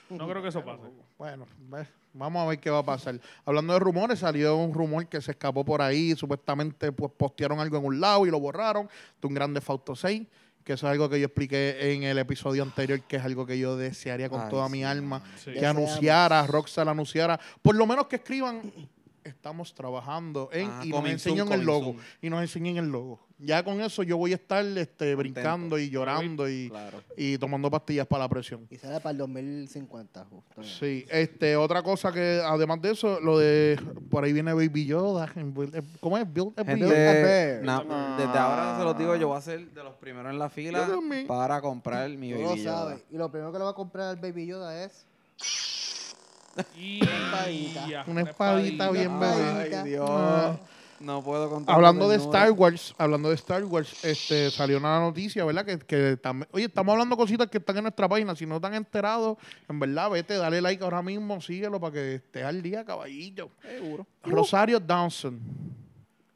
Speaker 4: No creo que eso pase.
Speaker 1: Bueno, ve- vamos a ver qué va a pasar. Hablando de rumores, salió un rumor que se escapó por ahí. Supuestamente pues, postearon algo en un lado y lo borraron. De un grande Fausto 6, que eso es algo que yo expliqué en el episodio anterior, que es algo que yo desearía con
Speaker 2: Ay,
Speaker 1: toda
Speaker 2: sí,
Speaker 1: mi alma.
Speaker 2: mano.
Speaker 4: Sí.
Speaker 1: Que
Speaker 3: Deseamos.
Speaker 1: anunciara, Roxal anunciara. Por lo menos que escriban, estamos trabajando en,
Speaker 2: Ah,
Speaker 1: y nos
Speaker 2: coming
Speaker 1: enseñen
Speaker 2: soon,
Speaker 1: el
Speaker 2: coming
Speaker 1: logo.
Speaker 2: soon.
Speaker 1: Y nos enseñen el logo. Ya con eso yo voy a estar este, brincando y llorando y,
Speaker 2: Claro.
Speaker 1: y tomando pastillas para la presión.
Speaker 3: Y sale para el 2050, justo.
Speaker 1: Sí, este, otra cosa que además de eso, lo de por ahí viene Baby Yoda. en Build- eh, ¿Cómo es? Build eh, a Bear.
Speaker 2: Gente,
Speaker 3: Bear.
Speaker 2: na-
Speaker 1: Build a Bear.
Speaker 2: desde ahora se los digo, yo voy a ser de los primeros en la fila
Speaker 1: Yo también.
Speaker 2: para comprar mi
Speaker 3: Tú lo
Speaker 2: baby Yoda.
Speaker 3: sabes. Y lo primero que le va a comprar al Baby Yoda es
Speaker 4: Y
Speaker 3: espadita.
Speaker 4: ya,
Speaker 1: Una espadita bien bebé.
Speaker 2: Ay,
Speaker 3: Ay,
Speaker 2: Dios.
Speaker 1: Ah.
Speaker 2: No puedo contar.
Speaker 1: Hablando
Speaker 2: con
Speaker 1: de
Speaker 2: desnudo.
Speaker 1: Star Wars, hablando de Star Wars, este, salió una noticia, ¿verdad? Que, que tam- oye, estamos hablando cositas que están en nuestra página. Si no te han enterado, en verdad, vete, dale like ahora mismo, síguelo para que estés al día, caballito.
Speaker 2: Seguro.
Speaker 1: Rosario Dawson.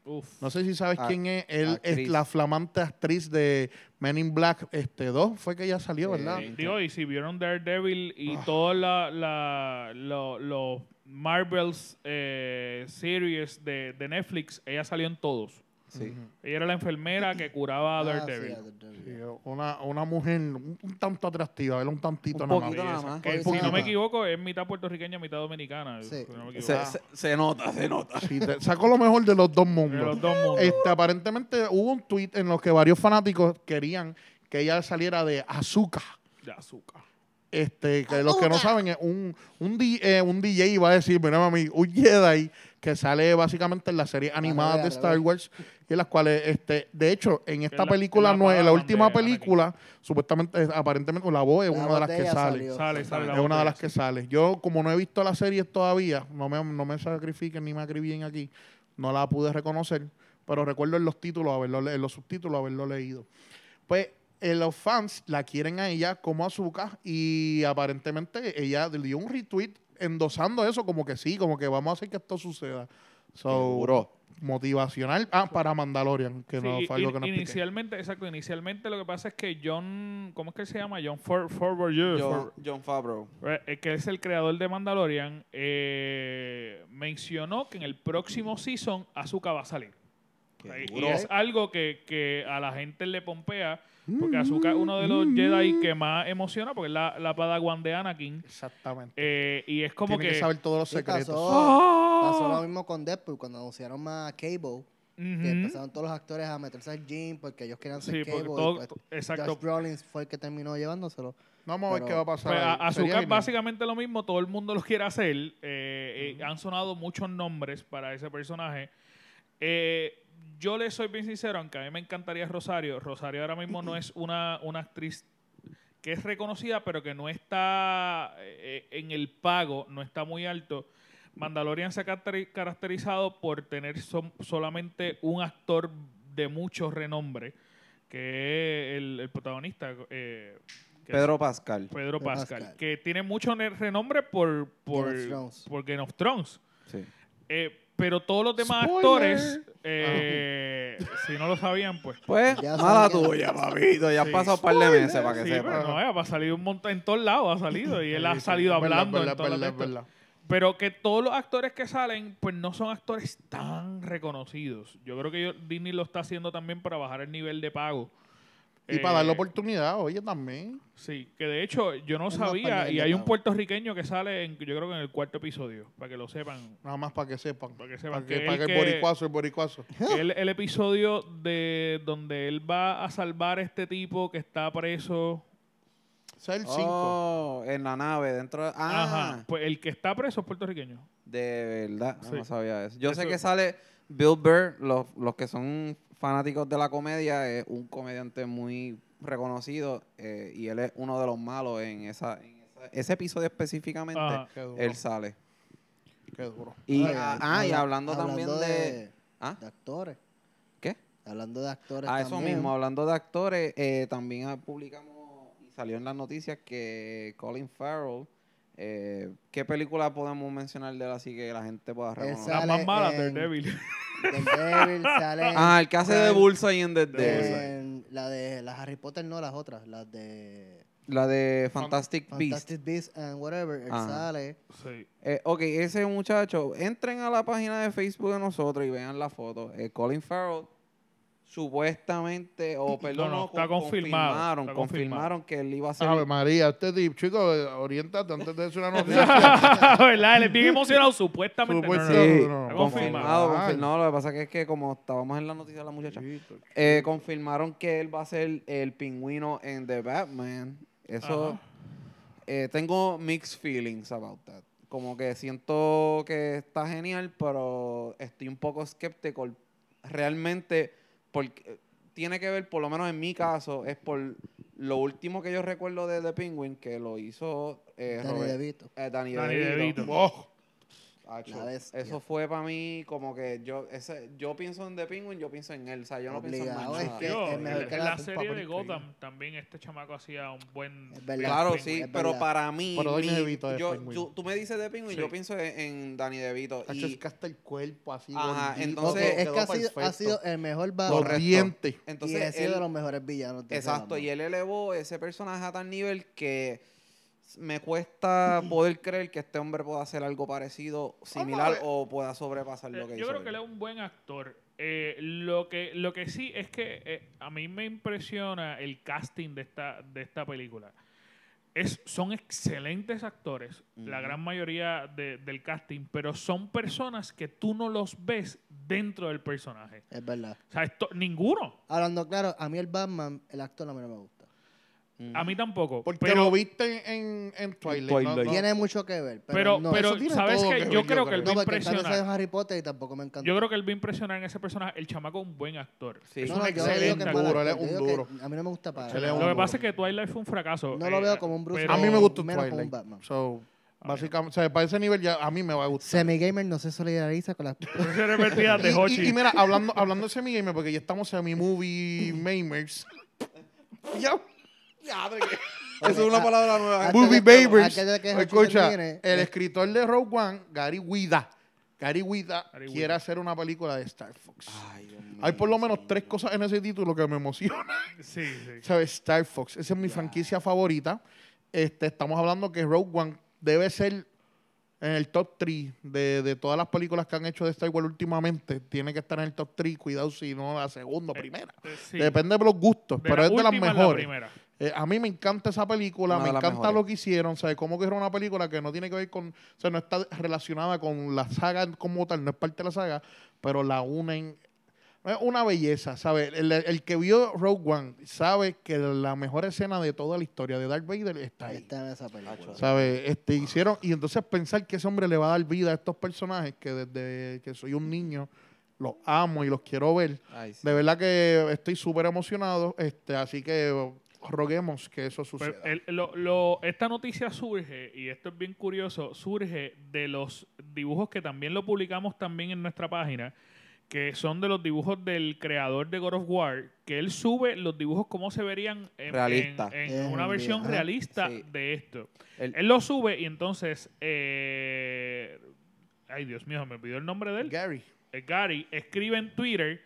Speaker 4: Uf.
Speaker 1: No sé si sabes
Speaker 2: Ah,
Speaker 1: quién es. Él es
Speaker 2: actriz.
Speaker 1: la flamante actriz de Men in Black este 2. Fue que ella salió,
Speaker 2: Sí.
Speaker 1: ¿verdad?
Speaker 4: Eh, Digo, y si vieron Daredevil y
Speaker 1: Ah.
Speaker 4: todos la, la- lo- los Marvels eh, series de, de Netflix, ella salió en todos.
Speaker 2: Sí.
Speaker 4: Ella era la enfermera que curaba a
Speaker 3: Ah, sí,
Speaker 4: Daredevil.
Speaker 3: a Daredevil.
Speaker 1: Sí, Una, una mujer un un tanto atractiva, era un tantito
Speaker 2: Un
Speaker 1: nada
Speaker 2: poquito
Speaker 1: más.
Speaker 2: nada
Speaker 4: Esa-
Speaker 2: más.
Speaker 4: que,
Speaker 3: Porque
Speaker 4: si
Speaker 3: esa-
Speaker 4: no me equivoco, es mitad puertorriqueña, mitad dominicana.
Speaker 3: Sí.
Speaker 4: si no me
Speaker 2: Se,
Speaker 4: equivoco.
Speaker 2: se- se nota, se nota.
Speaker 1: Sí, te- sacó lo mejor de los dos
Speaker 4: De
Speaker 1: mundos.
Speaker 4: los dos mundos.
Speaker 1: Este, aparentemente hubo un tweet en los que varios fanáticos querían que ella saliera de Azúcar.
Speaker 4: De azúcar.
Speaker 1: Este, que los que no saben, es un, un, di- eh, un DJ iba a decir, mira mami, un Jedi que sale básicamente en las series animadas
Speaker 3: revés,
Speaker 1: de
Speaker 3: al
Speaker 1: Star
Speaker 3: revés.
Speaker 1: Wars, y en las cuales, este, de hecho, en esta
Speaker 4: la-
Speaker 1: película,
Speaker 4: es la
Speaker 1: no, en la
Speaker 4: paga
Speaker 1: última
Speaker 4: donde Anakin-
Speaker 1: película, supuestamente, eh, aparentemente, la voz es
Speaker 3: La
Speaker 1: una de las
Speaker 3: voz
Speaker 1: que
Speaker 3: ella
Speaker 1: sale.
Speaker 3: salió.
Speaker 4: Sale, sale la
Speaker 1: Es una de las
Speaker 4: botella,
Speaker 1: que sale. Yo, como no he visto las series todavía, no me, no me sacrifiquen ni me acribillen aquí, no la pude reconocer, pero recuerdo en los títulos, haberlo, le- en los subtítulos, haberlo leído. Pues eh, los fans la quieren a ella como Azúcar y aparentemente ella dio un retweet endosando eso, como que sí, como que vamos a hacer que esto suceda. So,
Speaker 2: Seguro.
Speaker 1: motivacional. Ah, para Mandalorian, que
Speaker 4: Sí,
Speaker 1: no
Speaker 4: y-
Speaker 1: fue algo
Speaker 4: y-
Speaker 1: que no expliqué.
Speaker 4: inicialmente, exacto, inicialmente lo que pasa es que John, ¿cómo es que él se llama? John For, Forward
Speaker 2: John, John Favreau.
Speaker 4: Re- eh, que es el creador de Mandalorian, eh, mencionó que en el próximo season Azuka va a salir.
Speaker 2: Qué
Speaker 4: Y- Y
Speaker 2: duro.
Speaker 4: es algo que, que a la gente le pompea, porque
Speaker 1: Mm.
Speaker 4: Azuka es uno de los Jedi que más emociona, porque es la, la padawan de Anakin.
Speaker 1: Exactamente.
Speaker 4: Eh, y es como
Speaker 1: Tiene que,
Speaker 4: que...
Speaker 1: saber todos los
Speaker 3: Sí,
Speaker 1: secretos.
Speaker 3: pasó,
Speaker 4: ¡Ah!
Speaker 3: pasó lo mismo con Deadpool cuando anunciaron más Cable.
Speaker 4: Ujú.
Speaker 3: Que empezaron todos los actores a meterse al gym porque ellos querían ser
Speaker 4: Sí, porque
Speaker 3: Cable.
Speaker 4: todo-
Speaker 3: y pues,
Speaker 4: exacto.
Speaker 3: Josh Brolin fue el que terminó llevándoselo.
Speaker 1: Vamos a ver
Speaker 3: Pero-
Speaker 1: qué va a pasar.
Speaker 4: Pues, a-
Speaker 1: ahí. Sería
Speaker 4: azúcar
Speaker 1: genial.
Speaker 4: básicamente lo mismo, todo el mundo lo quiere hacer. eh, eh, Han sonado muchos nombres para ese personaje. Eh, yo le soy bien sincero, aunque a mí me encantaría Rosario. Rosario ahora mismo no es una, una actriz que es reconocida, pero que no está eh, en el pago, no está muy alto. Mandalorian se ha caracteri- caracterizado por tener som- solamente un actor de mucho renombre, que es el, el protagonista. eh, que es-
Speaker 2: Pedro Pascal.
Speaker 1: Pues,
Speaker 4: Pedro
Speaker 3: Pedro
Speaker 4: Pascal,
Speaker 3: Pascal.
Speaker 4: que tiene mucho ne- renombre por, por,
Speaker 3: Game of Thrones.
Speaker 4: por Game of Thrones.
Speaker 2: Sí.
Speaker 4: Eh, pero todos los demás
Speaker 1: Spoiler. Ah,
Speaker 4: actores, eh, si no lo sabían,
Speaker 1: [LAUGHS]
Speaker 4: pues.
Speaker 2: Pues,
Speaker 3: Ya
Speaker 2: mala
Speaker 3: saben que-
Speaker 2: tuya, papito. Ya
Speaker 4: Sí.
Speaker 2: ha pasado un par de meses para que
Speaker 4: Sí,
Speaker 2: sepa.
Speaker 4: pero no, eh, ha salido un montón en todos lados, ha salido y él ha
Speaker 1: Sí, sí.
Speaker 4: salido
Speaker 1: Es verdad,
Speaker 4: hablando. en
Speaker 1: verdad,
Speaker 4: todas las
Speaker 1: verdad,
Speaker 4: de estas.
Speaker 1: verdad.
Speaker 4: Pero que todos los actores que salen, pues no son actores tan reconocidos. Yo creo que yo- Disney lo está haciendo también para bajar el nivel de pago.
Speaker 1: Y
Speaker 4: Eh,
Speaker 1: para darle oportunidad, oye, también.
Speaker 4: Sí, que de hecho yo no
Speaker 3: Es más para
Speaker 4: sabía
Speaker 3: el
Speaker 4: y
Speaker 3: de
Speaker 4: hay un
Speaker 3: Pau.
Speaker 4: puertorriqueño que sale, en- yo creo que en el cuarto episodio, para que lo sepan.
Speaker 1: Nada más para que sepan.
Speaker 4: Para que sepan
Speaker 1: Para que,
Speaker 4: que
Speaker 1: para
Speaker 4: él
Speaker 1: que el
Speaker 4: que-
Speaker 1: boricuazo, el boricuazo.
Speaker 4: el, el episodio de donde él va a salvar a este tipo que está preso.
Speaker 1: O sea, el 5.
Speaker 2: Oh, en la nave, dentro de... Ah,
Speaker 4: Ajá. Pues el que está preso es puertorriqueño.
Speaker 2: de verdad.
Speaker 4: Sí.
Speaker 2: No sabía eso. Yo sé
Speaker 4: Eso-
Speaker 2: que sale Bill Burr, los, los que son fanáticos de la comedia, es un comediante muy reconocido eh, y él es uno de los malos en, esa, en esa- ese episodio específicamente.
Speaker 4: Ajá.
Speaker 1: Qué duro.
Speaker 2: Él sale.
Speaker 1: Qué duro.
Speaker 2: Y,
Speaker 3: Ay,
Speaker 2: ah,
Speaker 3: ay,
Speaker 2: ah, y
Speaker 3: eh, habla-
Speaker 2: hablando, también de... ¿Ah?
Speaker 3: de actores.
Speaker 2: ¿Qué?
Speaker 3: Hablando de actores
Speaker 2: Ah, eso
Speaker 3: también.
Speaker 2: mismo, hablando de actores, eh, también ah, publicamos y salió en las noticias que Colin Farrell, eh, ¿qué película podemos mencionar de él así que la gente pueda reconocer?
Speaker 4: La
Speaker 3: Sale
Speaker 4: más mala
Speaker 3: en- [LAUGHS]
Speaker 4: del débil.
Speaker 3: Daredevil, sale en-
Speaker 2: Ah, el que hace de
Speaker 3: sale
Speaker 2: Bullseye en The Devil.
Speaker 3: en- La de las Harry Potter, no las otras. Las de
Speaker 2: La de Fantastic Beasts.
Speaker 3: Fantastic Beasts and whatever. Él
Speaker 2: Ajá.
Speaker 3: sale.
Speaker 4: Sí. [LAUGHS]
Speaker 2: Eh, ok, ese muchacho, entren a la página de Facebook de nosotros y vean la foto. Eh, Colin Farrell supuestamente, o perdón,
Speaker 4: no,
Speaker 2: no,
Speaker 4: está
Speaker 2: con-
Speaker 4: confirmado,
Speaker 2: confirmaron,
Speaker 4: está
Speaker 2: confirmaron que él iba a ser...
Speaker 1: Ave María, este tipo, chico, eh, oriéntate antes de
Speaker 4: [LAUGHS]
Speaker 1: decir una noticia.
Speaker 4: ¿Verdad? Él es bien emocionado, supuestamente. No, no,
Speaker 1: Supuesto.
Speaker 4: no.
Speaker 2: Sí,
Speaker 1: no,
Speaker 4: no.
Speaker 2: confirmado,
Speaker 3: Ah,
Speaker 1: Confirmado.
Speaker 2: confirmado. Lo que pasa que es que como estábamos en la noticia de la muchacha,
Speaker 1: Chico,
Speaker 2: eh, confirmaron que él va a ser el pingüino en The Batman. Eso,
Speaker 4: Ajá.
Speaker 2: eh, tengo mixed feelings about that. Como que siento que está genial, pero estoy un poco escéptico. Realmente, porque tiene que ver, por lo menos en mi caso, es por lo último que yo recuerdo de The Penguin, que lo hizo eh,
Speaker 3: Danny
Speaker 2: Robert-
Speaker 3: DeVito.
Speaker 2: eh, Danny
Speaker 4: Danny
Speaker 2: DeVito.
Speaker 4: DeVito.
Speaker 1: Oh,
Speaker 2: Acho,
Speaker 3: La bestia.
Speaker 2: eso fue para mí como que yo ese, yo pienso en The Penguin, yo pienso en él, o sea, yo no
Speaker 3: Obligado,
Speaker 2: pienso en
Speaker 3: es
Speaker 2: más
Speaker 3: que-
Speaker 2: nada.
Speaker 4: Digo,
Speaker 3: es
Speaker 4: en
Speaker 3: mejor
Speaker 4: en
Speaker 3: que
Speaker 4: la
Speaker 3: la
Speaker 4: serie de
Speaker 1: papel
Speaker 4: Gotham también este chamaco hacía un buen.
Speaker 3: Es verdad.
Speaker 2: Claro,
Speaker 4: Penguin.
Speaker 2: sí,
Speaker 3: es
Speaker 2: pero
Speaker 3: verdad.
Speaker 2: para mí
Speaker 1: Pero Danny
Speaker 2: mi-
Speaker 1: DeVito es
Speaker 2: yo,
Speaker 1: Penguin.
Speaker 2: yo- tú me dices The Penguin,
Speaker 4: Sí.
Speaker 2: yo pienso en, en Danny DeVito
Speaker 1: Hacho,
Speaker 2: y
Speaker 1: es que hasta el cuerpo así.
Speaker 2: Ajá,
Speaker 1: gordito, todo
Speaker 2: entonces-
Speaker 3: es que ha
Speaker 1: quedó
Speaker 3: sido, ha
Speaker 1: perfecto.
Speaker 3: sido el mejor
Speaker 1: Los
Speaker 2: Correcto.
Speaker 3: Batman.
Speaker 1: dientes.
Speaker 3: Y ha
Speaker 2: entonces
Speaker 3: sido
Speaker 2: él-
Speaker 3: de los mejores villanos. de ese
Speaker 2: exacto,
Speaker 3: Batman.
Speaker 2: y él elevó ese personaje a tal nivel que s- me
Speaker 3: [LAUGHS]
Speaker 2: cuesta poder creer que este hombre pueda hacer algo parecido, similar
Speaker 1: ver.
Speaker 2: o pueda sobrepasar
Speaker 4: Eh,
Speaker 2: lo que
Speaker 4: yo
Speaker 2: hizo.
Speaker 4: creo que él es un buen actor. Eh, lo, que, lo que sí es que eh, a mí me impresiona el casting de esta, de esta película. Es, son excelentes actores, la
Speaker 2: Ujú.
Speaker 4: gran mayoría de- del casting, pero son personas que tú no los ves dentro del personaje.
Speaker 3: Es verdad.
Speaker 4: O sea, esto- ninguno.
Speaker 3: Hablando claro, a mí el Batman, el actor a mí no me gusta.
Speaker 2: Ujú.
Speaker 4: A mí tampoco.
Speaker 1: Porque
Speaker 4: pero,
Speaker 1: lo viste en, en Twilight. ¿no?
Speaker 2: Twilight.
Speaker 1: No,
Speaker 3: Tiene mucho que ver, pero,
Speaker 4: pero,
Speaker 3: no.
Speaker 4: pero
Speaker 1: eso tiene
Speaker 4: ¿sabes
Speaker 1: todo
Speaker 4: qué?
Speaker 1: que ver,
Speaker 4: Yo
Speaker 1: yo
Speaker 4: creo que
Speaker 1: creo.
Speaker 4: él va
Speaker 3: no,
Speaker 4: a
Speaker 3: porque también
Speaker 4: impresionar.
Speaker 3: salió en Harry Potter y tampoco me encantó.
Speaker 4: Yo creo que él va a impresionar en ese personaje. El chamaco es un buen actor.
Speaker 2: Sí.
Speaker 4: Es
Speaker 2: No,
Speaker 4: un
Speaker 2: no,
Speaker 3: yo digo que
Speaker 4: excelente
Speaker 3: es
Speaker 4: actor.
Speaker 3: mal
Speaker 1: duro, él es
Speaker 3: actor, yo
Speaker 1: un
Speaker 3: digo
Speaker 1: duro.
Speaker 3: que A mí no me gusta para
Speaker 1: Él es
Speaker 3: nada.
Speaker 1: un
Speaker 4: Lo que
Speaker 1: duro.
Speaker 4: pasa es que Twilight fue un fracaso. eh,
Speaker 3: No lo veo como un Bruce
Speaker 4: pero-
Speaker 1: A mí me gustó
Speaker 3: menos como
Speaker 1: Twilight.
Speaker 3: un Batman.
Speaker 1: So, básicamente, o sea, para ese nivel ya a mí me va a gustar.
Speaker 3: Semi-gamer no se solidariza con las... [LAUGHS]
Speaker 4: Pero se repetía de
Speaker 1: Y, y-
Speaker 4: Hochi.
Speaker 1: y mira, hablando, hablando de semi-gamer, porque ya estamos semi-movie mamers. ya, ya, madre que-
Speaker 2: Eso es una
Speaker 3: Ah,
Speaker 2: palabra nueva.
Speaker 3: ah,
Speaker 1: Movie
Speaker 3: Aquella-
Speaker 1: Babers.
Speaker 3: aquella que Jorge
Speaker 1: Escucha,
Speaker 3: termine,
Speaker 1: el
Speaker 3: eh.
Speaker 1: escritor de Rogue One, Gary Wida. Gary Wida
Speaker 4: Gary
Speaker 1: quiere
Speaker 4: Wida.
Speaker 1: hacer una película de Star Fox.
Speaker 2: Ay, Dios
Speaker 1: Hay por lo
Speaker 2: mío,
Speaker 1: menos
Speaker 2: señor.
Speaker 1: tres cosas en ese título que me emocionan. [LAUGHS]
Speaker 4: Sí, sí.
Speaker 1: ¿Sabes? Star Fox. Esa es mi franquicia favorita. Este, estamos hablando que Rogue One debe ser en el top 3 de, de todas las películas que han hecho de Star Wars últimamente. Tiene que estar en el top 3. Cuidado si no la segunda o primera.
Speaker 4: Eh, sí.
Speaker 1: Depende de los gustos,
Speaker 4: De
Speaker 1: pero
Speaker 4: la
Speaker 1: es de las
Speaker 4: última a la
Speaker 1: mejores.
Speaker 4: primera.
Speaker 1: Eh, a mí me encanta esa película,
Speaker 2: Una
Speaker 1: me
Speaker 2: de las
Speaker 1: encanta lo
Speaker 2: mejores.
Speaker 1: que hicieron, ¿sabes? Cómo que era una película que no tiene que ver con, o sea, no está relacionada con la saga como tal, no es parte de la saga, pero la unen. Es una belleza, ¿sabes? El, el que vio Rogue One sabe que la mejor escena de toda la historia de Darth Vader está ahí.
Speaker 3: Está en esa película.
Speaker 2: Acho.
Speaker 1: ¿Sabes? Este, hicieron, y entonces pensar que ese hombre le va a dar vida a estos personajes que desde que soy un niño los amo y los quiero ver.
Speaker 2: Ay, sí.
Speaker 1: De verdad que estoy súper emocionado, este, así que roguemos que eso suceda.
Speaker 4: Pero el- lo- lo- esta noticia surge, y esto es bien curioso, surge de los dibujos que también lo publicamos también en nuestra página, que son de los dibujos del creador de God of War, que él sube los dibujos como se verían en,
Speaker 2: Realista.
Speaker 4: en- en
Speaker 3: En
Speaker 4: una
Speaker 3: un
Speaker 4: versión
Speaker 3: video, ajá.
Speaker 4: realista
Speaker 2: Sí.
Speaker 4: de esto.
Speaker 2: El-
Speaker 4: Él lo sube y entonces... eh, ay, Dios mío, me olvidó el nombre de él.
Speaker 1: Gary.
Speaker 4: eh, Gary escribe en Twitter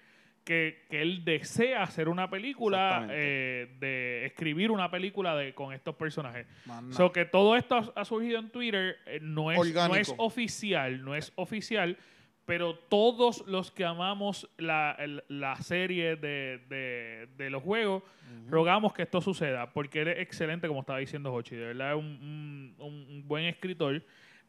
Speaker 4: que, que él desea hacer una película,
Speaker 2: Exactamente.
Speaker 4: eh, de escribir una película de, con estos personajes. So que todo esto ha, ha surgido en Twitter, eh, no, es, no
Speaker 1: Orgánico.
Speaker 4: es oficial, no es oficial, Pero todos los que amamos la, el- la serie de, de- de los juegos, rogamos que esto suceda, porque eres excelente, como estaba diciendo Hochi. De verdad, es un, un- un buen escritor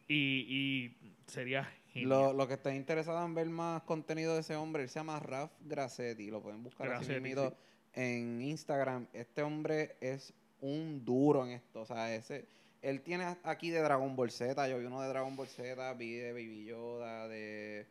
Speaker 4: y, y sería
Speaker 2: Lo,
Speaker 4: genial.
Speaker 2: lo que estén interesados en ver más contenido de ese hombre, él se llama Raf Grassetti. Lo pueden buscar así
Speaker 4: Grassetti,
Speaker 2: mismito en Instagram. Este hombre es un duro en esto. O sea, ese, él tiene aquí de Dragon Ball Z. Yo vi uno de Dragon Ball Z, vi de Baby Yoda, de.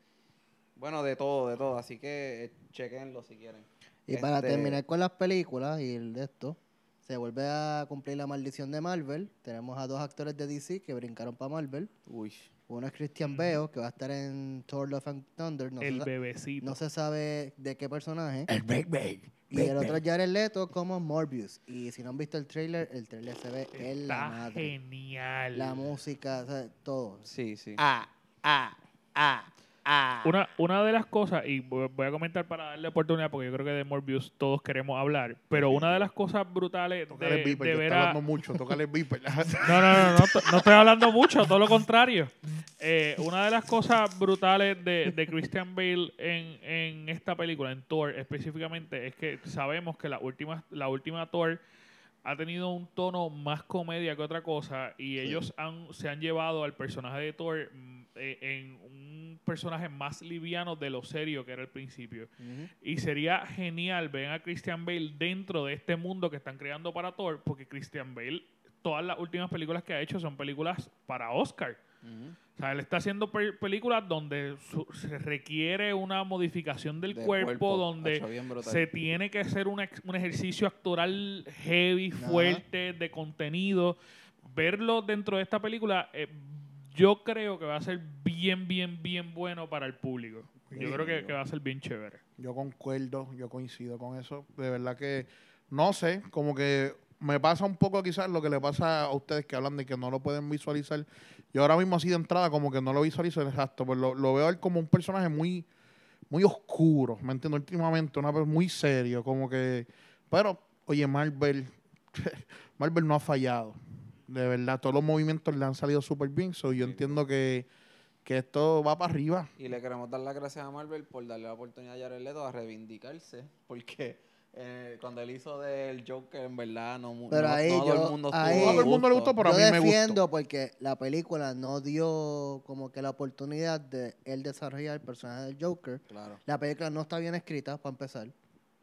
Speaker 2: Bueno, de todo, de todo. Así que eh, chequenlo si quieren.
Speaker 3: Y para
Speaker 2: Este-
Speaker 3: terminar con las películas y el de esto, se vuelve a cumplir la maldición de Marvel. Tenemos a dos actores de DC que brincaron para Marvel.
Speaker 2: Uy.
Speaker 3: Uno es Christian Bale, que va a estar en Thor Love and Thunder. No,
Speaker 4: el
Speaker 3: se, sa-
Speaker 4: bebecito.
Speaker 3: no se sabe de qué personaje. Y el otro es Jared Leto como Morbius. Y si no han visto el trailer, el trailer se ve en la
Speaker 4: Está
Speaker 3: madre.
Speaker 4: genial.
Speaker 3: La música, o sea, todo.
Speaker 2: Sí, sí.
Speaker 3: Ah, ah, ah, ah.
Speaker 4: Una, una de las cosas, y vo- voy a comentar para darle oportunidad, porque yo creo que de Morbius todos queremos hablar, pero una de las cosas brutales de,
Speaker 1: Tócale el
Speaker 4: de
Speaker 1: Viper, yo
Speaker 4: ver
Speaker 1: estoy
Speaker 4: a...
Speaker 1: hablando mucho, tócale el Viper.
Speaker 4: [LAUGHS] No, no, no, no, t- no estoy hablando mucho, todo lo contrario. Eh, una de las cosas brutales de, de Christian Bale en, en esta película, en Thor específicamente, es que sabemos que la última, la última Thor ha tenido un tono más comedia que otra cosa y ellos han, se han llevado al personaje de Thor mm, eh, en un personaje más liviano de lo serio que era al principio.
Speaker 3: Ujú.
Speaker 4: Y sería genial ver a Christian Bale dentro de este mundo que están creando para Thor, porque Christian Bale, todas las últimas películas que ha hecho son películas para Oscar.
Speaker 2: Ujú.
Speaker 4: O sea, él está haciendo pel- películas donde su- se requiere una modificación del
Speaker 2: De
Speaker 4: cuerpo,
Speaker 2: Hacho,
Speaker 4: donde
Speaker 2: bien brutal.
Speaker 4: se tiene que hacer un, ex- un ejercicio actoral heavy,
Speaker 3: Ajá.
Speaker 4: fuerte, de contenido. Verlo dentro de esta película, eh, yo creo que va a ser bien, bien, bien bueno para el público. Yo
Speaker 1: Sí,
Speaker 4: creo que-
Speaker 2: yo-
Speaker 4: que va a ser bien chévere.
Speaker 1: Yo concuerdo, yo coincido con eso. De verdad que no sé, como que me pasa un poco quizás lo que le pasa a ustedes que hablan de que no lo pueden visualizar. Yo ahora mismo así de entrada como que no lo visualizo exacto, pero lo, lo veo a él como un personaje muy, muy oscuro, ¿me entiendo? Últimamente, una vez muy serio, como que... Pero, oye, Marvel, [LAUGHS] Marvel no ha fallado. De verdad, todos los movimientos le han salido súper bien. So, yo
Speaker 2: Sí.
Speaker 1: entiendo que, que esto va para arriba.
Speaker 2: Y le queremos dar las gracias a Marvel por darle la oportunidad a Jared Leto a reivindicarse, porque eh, cuando él hizo del Joker, en verdad, no, mu-
Speaker 3: Pero
Speaker 2: no-
Speaker 3: ahí
Speaker 2: no todo
Speaker 3: yo-
Speaker 2: el mundo
Speaker 3: ahí-
Speaker 2: estuvo
Speaker 3: No a todo el
Speaker 1: mundo le
Speaker 2: gusto.
Speaker 1: gustó, pero a
Speaker 3: Yo
Speaker 1: mí me gustó.
Speaker 3: defiendo porque la película no dio como que la oportunidad de él desarrollar el personaje del Joker.
Speaker 2: Claro.
Speaker 3: La película no está bien escrita, para empezar.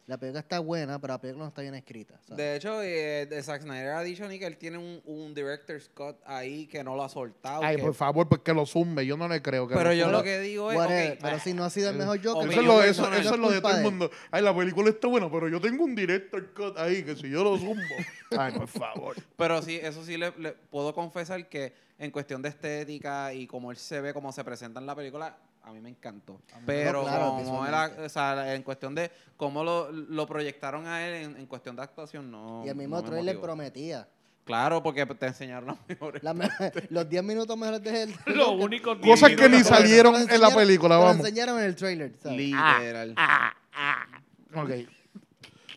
Speaker 3: La película está buena, pero la película no está bien escrita. ¿sabes?
Speaker 2: De hecho, eh, de Zack Snyder ha dicho ni que él tiene un, un director Scott ahí que no lo ha soltado.
Speaker 1: Ay,
Speaker 2: que-
Speaker 1: por favor, pues que lo zumbe. Yo no le creo. Que
Speaker 2: pero
Speaker 1: lo
Speaker 2: yo
Speaker 1: zumbe.
Speaker 2: lo que digo es.
Speaker 3: Whatever,
Speaker 2: ok,
Speaker 3: pero
Speaker 2: ah,
Speaker 3: si no ha sido el
Speaker 1: eh,
Speaker 3: mejor Joker,
Speaker 1: Eso
Speaker 2: Opinión
Speaker 1: es lo,
Speaker 3: no
Speaker 1: eso,
Speaker 3: culpa
Speaker 2: personal.
Speaker 1: eso es lo de
Speaker 3: culpa
Speaker 1: todo el
Speaker 3: él.
Speaker 1: mundo. Ay, la película está buena, pero yo tengo un director cut ahí que si yo lo zumbo.
Speaker 3: [LAUGHS]
Speaker 1: Ay, por favor.
Speaker 2: Pero sí, eso sí le, le puedo confesar que en cuestión de estética y cómo él se ve, cómo se presenta en la película, a mí me encantó. Pero
Speaker 3: No, claro,
Speaker 2: como él,
Speaker 3: visualmente.
Speaker 2: o sea, en cuestión de cómo lo, lo proyectaron a él en, en cuestión de actuación, no.
Speaker 3: Y el mismo
Speaker 2: no me
Speaker 3: trailer
Speaker 2: motivó.
Speaker 3: prometía.
Speaker 2: Claro, porque te enseñaron las
Speaker 3: [LAUGHS]
Speaker 2: mejores.
Speaker 3: La me- los 10 minutos mejores de él.
Speaker 4: Lo único
Speaker 1: Cosas
Speaker 4: típico
Speaker 1: que ni
Speaker 4: de-
Speaker 1: sal- salieron
Speaker 3: Te lo
Speaker 1: en la
Speaker 3: enseñaron-
Speaker 1: película,
Speaker 3: te lo
Speaker 1: vamos.
Speaker 3: enseñaron en el trailer. ¿sabes?
Speaker 2: Literal.
Speaker 1: Ok.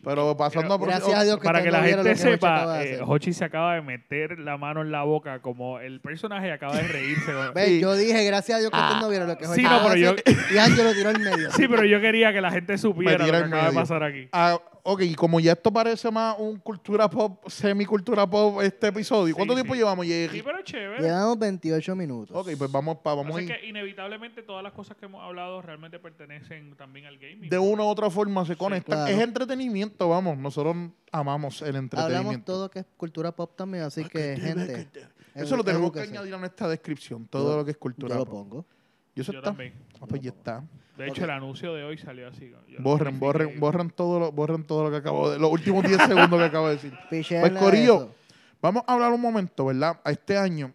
Speaker 1: Pero pasando a...
Speaker 3: Gracias a Dios que
Speaker 4: Para
Speaker 3: usted
Speaker 4: que
Speaker 3: no
Speaker 4: la
Speaker 3: vieron
Speaker 4: gente
Speaker 3: lo que Hochi acaba
Speaker 4: sepa,
Speaker 3: de
Speaker 4: eh,
Speaker 3: hacer.
Speaker 4: Hochi se acaba de meter la mano en la boca como el personaje acaba de reírse. ¿no?
Speaker 3: Ve, yo dije, gracias a Dios que usted no vieron lo que
Speaker 4: Sí,
Speaker 3: Hochi
Speaker 4: no,
Speaker 3: acaba de
Speaker 4: pero
Speaker 3: hacer, Y Ángel lo tiró al medio.
Speaker 4: [LAUGHS] sí, pero yo quería que la gente
Speaker 1: Me
Speaker 4: supiera
Speaker 1: tiré
Speaker 4: lo que
Speaker 1: en
Speaker 4: acaba de
Speaker 1: medio.
Speaker 4: pasar aquí.
Speaker 1: Ah, ok, y como ya esto parece más un cultura pop, semi-cultura pop este episodio,
Speaker 4: Sí,
Speaker 1: ¿cuánto
Speaker 4: sí.
Speaker 1: tiempo llevamos, Jerry?
Speaker 4: Sí, pero chévere.
Speaker 3: Llevamos 28 minutos.
Speaker 1: Ok, pues vamos para... Vamos
Speaker 4: Así
Speaker 1: a ir-
Speaker 4: que inevitablemente todas las cosas que hemos hablado realmente pertenecen también al gaming.
Speaker 1: De una u otra forma se conectan.
Speaker 3: claro.
Speaker 1: Es entretenimiento, vamos. Nosotros amamos el entretenimiento.
Speaker 3: Hablamos todo que es cultura pop también, así que, gente.
Speaker 1: Eso lo tenemos que
Speaker 3: edúquese.
Speaker 1: añadir a nuestra descripción, todo
Speaker 3: Yo-
Speaker 1: lo que es cultura
Speaker 3: Yo lo
Speaker 1: pop.
Speaker 3: pongo.
Speaker 1: Y eso
Speaker 4: Yo
Speaker 1: está.
Speaker 4: también.
Speaker 1: Ah, pues ya
Speaker 3: Yo
Speaker 1: está.
Speaker 4: De hecho, el anuncio de hoy salió así. ¿no? Yo lo
Speaker 1: Borren, borren,
Speaker 4: verifiqué.
Speaker 1: borren todo lo, borren todo lo que acabo de, los últimos 10 segundos que acabo de decir.
Speaker 3: Pichéenle
Speaker 1: Pues, Corillo,
Speaker 3: eso.
Speaker 1: Vamos a hablar un momento, ¿verdad? A Este año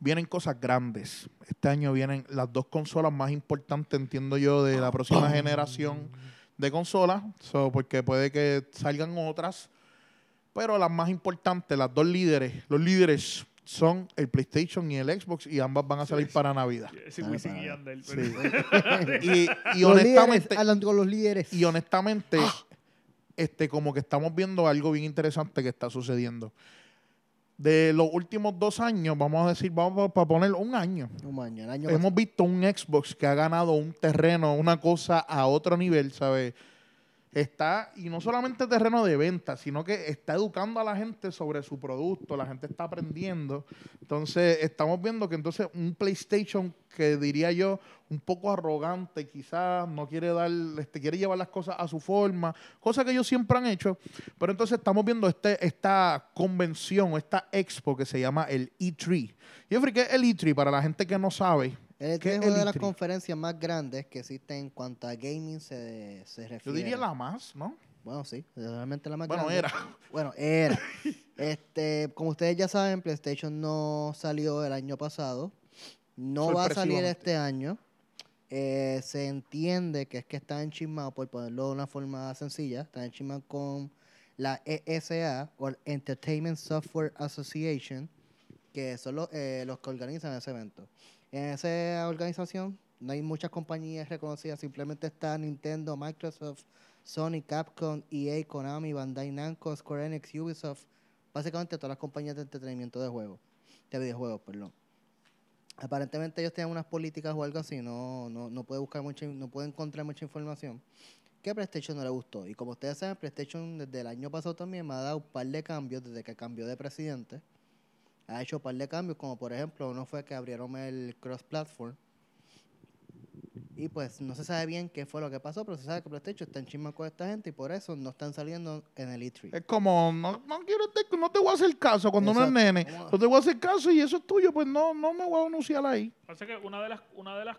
Speaker 1: vienen cosas grandes. Este año vienen las dos consolas más importantes, entiendo yo, de la próxima generación de consolas. So, porque puede que salgan otras. Pero las más importantes, las dos líderes, los líderes son el PlayStation y el Xbox y ambas van a salir para Navidad.
Speaker 4: Sí,
Speaker 3: Dale,
Speaker 4: Wisin
Speaker 3: para
Speaker 4: y
Speaker 3: allá.
Speaker 4: Yandel,
Speaker 1: Ah, Sí.
Speaker 4: pero-
Speaker 1: Y, y
Speaker 3: Los líderes,
Speaker 1: honestamente,
Speaker 3: hablan con los líderes.
Speaker 1: y honestamente, este, como que estamos viendo algo bien interesante que está sucediendo. de los últimos dos años, vamos a decir, vamos para poner un año.
Speaker 3: Un año, el año pasado.
Speaker 1: Hemos visto un Xbox que ha ganado un terreno, una cosa a otro nivel, ¿sabes? Está, y no solamente terreno de venta, sino que está educando a la gente sobre su producto, la gente está aprendiendo. Entonces, estamos viendo que entonces un PlayStation que diría yo un poco arrogante, quizás no quiere dar, este, quiere llevar las cosas a su forma, cosa que ellos siempre han hecho. Pero entonces estamos viendo este, esta convención, esta expo que se llama el E E3. Jeffrey, ¿qué es el E3? Para la gente que no sabe,
Speaker 3: El E3
Speaker 1: ¿Qué
Speaker 3: es
Speaker 1: es
Speaker 3: una
Speaker 1: el
Speaker 3: de las
Speaker 1: E3?
Speaker 3: conferencias más grandes que existen en cuanto a gaming se, se refiere.
Speaker 1: yo diría la más, ¿no?
Speaker 3: Bueno, sí, realmente la más
Speaker 1: Bueno,
Speaker 3: grande.
Speaker 1: era.
Speaker 3: Bueno, era. este, como ustedes ya saben, PlayStation no salió el año pasado. No va a salir
Speaker 1: Sorpresivamente.
Speaker 3: este año. Eh, se entiende que es que está enchismado, por ponerlo de una forma sencilla, está enchismado con la ESA, o el Entertainment Software Association, que son los, eh, los que organizan ese evento. En esa organización no hay muchas compañías reconocidas, simplemente está Nintendo, Microsoft, Sony, Capcom, EA, Konami, Bandai Namco, Square Enix, Ubisoft, básicamente todas las compañías de entretenimiento de juegos, de videojuegos, perdón. Aparentemente ellos tienen unas políticas o algo así, no, no, no puede buscar mucha, no puede encontrar mucha información. Que a PlayStation no le gustó. Y como ustedes saben, PlayStation desde el año pasado también me ha dado un par de cambios desde que cambió de presidente. Ha hecho un par de cambios, como por ejemplo, uno fue que abrieron el cross-platform. Y pues no se sabe bien qué fue lo que pasó, pero se sabe que PlayStation está en chisma con esta gente y por eso no están saliendo en el E E3.
Speaker 1: Es como, no, no quiero te, no te voy a hacer caso cuando uno es
Speaker 3: Exacto.
Speaker 1: nene.
Speaker 3: Vamos a-
Speaker 1: No te voy a hacer caso y eso es tuyo, pues no, no me voy a anunciar ahí.
Speaker 4: Pasa que una de las, una de las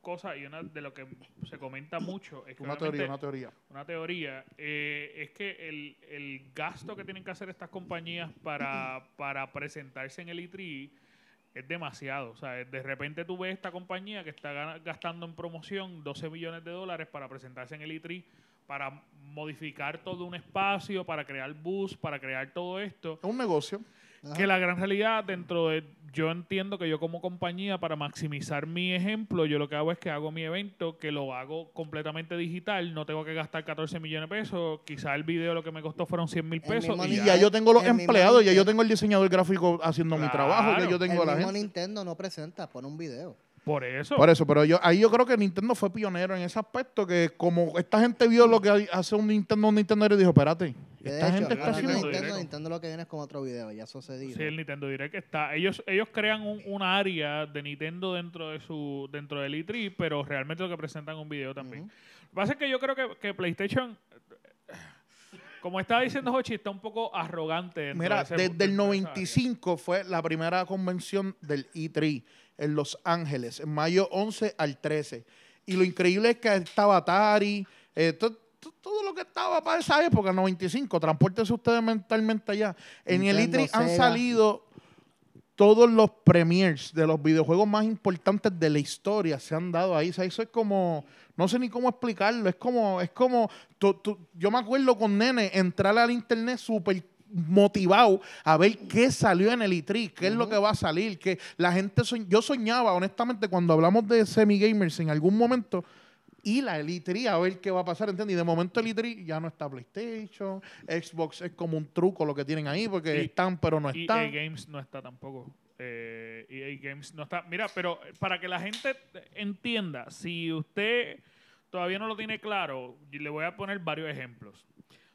Speaker 4: cosas y una de lo que se comenta mucho es que
Speaker 1: Una
Speaker 4: obviamente-
Speaker 1: teoría, una teoría.
Speaker 4: una teoría, eh, es que el, el gasto que tienen que hacer estas compañías para, para presentarse en el E3 es demasiado. O sea, de repente tú ves esta compañía que está gana- gastando en promoción 12 millones de dólares para presentarse en el E3, para modificar todo un espacio, para crear bus, para crear todo esto.
Speaker 1: Es un negocio.
Speaker 3: Ajá.
Speaker 4: Que la gran realidad dentro de... Yo entiendo que yo como compañía, para maximizar mi ejemplo, yo lo que hago es que hago mi evento, que lo hago completamente digital, no tengo que gastar 14 millones de pesos, quizá el video lo que me costó fueron 100 mil
Speaker 3: El
Speaker 4: pesos.
Speaker 3: mismo
Speaker 4: y
Speaker 1: Y
Speaker 3: Ya
Speaker 1: ya
Speaker 3: es-
Speaker 1: yo tengo los
Speaker 3: es mi
Speaker 1: empleados, ya
Speaker 3: mente.
Speaker 1: yo tengo el diseñador gráfico haciendo mi trabajo, ya
Speaker 4: Claro.
Speaker 1: yo tengo
Speaker 3: el
Speaker 1: a la
Speaker 3: mismo
Speaker 1: gente.
Speaker 3: Nintendo no presenta, pone un video.
Speaker 4: Por eso.
Speaker 1: Por eso, pero yo ahí yo creo que Nintendo fue pionero en ese aspecto, que como esta gente vio lo que hay- hace un Nintendo, un Nintendo y dijo, espérate,
Speaker 3: Que
Speaker 1: esta
Speaker 3: de hecho,
Speaker 1: gente está
Speaker 3: ahora con
Speaker 1: haciendo...
Speaker 4: Nintendo
Speaker 3: Nintendo,
Speaker 4: Direct.
Speaker 3: Nintendo lo que viene es con otro video, ya sucedido.
Speaker 4: Sí, el Nintendo Direct está. Ellos, ellos crean un, un área de Nintendo dentro de su, dentro del E3, pero realmente lo que presentan es un video también. Lo que pasa es que yo creo que, que PlayStation, como estaba diciendo Hochi, está un poco arrogante. este, dentro de
Speaker 1: Mira,
Speaker 4: ese-
Speaker 1: desde el
Speaker 4: dentro de esa área.
Speaker 1: 95 fue la primera convención del E3 en Los Ángeles, en mayo 11 al 13. Y lo increíble es que estaba Atari, eh, to- to- todo lo que estaba para esa época, el 95. Transpórtense ustedes mentalmente allá. En el
Speaker 3: Nintendo,
Speaker 1: E3 han
Speaker 3: Sega.
Speaker 1: salido todos los premiers de los videojuegos más importantes de la historia se han dado ahí. O sea, eso es como, no sé ni cómo explicarlo. Es como, es como, tú- tú- yo me acuerdo con nene entrar al internet súper motivado a ver qué salió en el E3, qué es lo que va a salir, que la gente, soñ- yo soñaba honestamente cuando hablamos de semi-gamers en algún momento, y la E3 a ver qué va a pasar, ¿entiendes? Y de momento el E3 ya no está PlayStation, Xbox es como un truco lo que tienen ahí, porque
Speaker 4: Y- eh,
Speaker 1: están pero no
Speaker 4: EA
Speaker 1: están.
Speaker 4: E Games no está tampoco. Eh, EA Games no está. Mira, pero eh, para que la gente eh, entienda, si usted todavía no lo tiene claro, y le voy a poner varios ejemplos.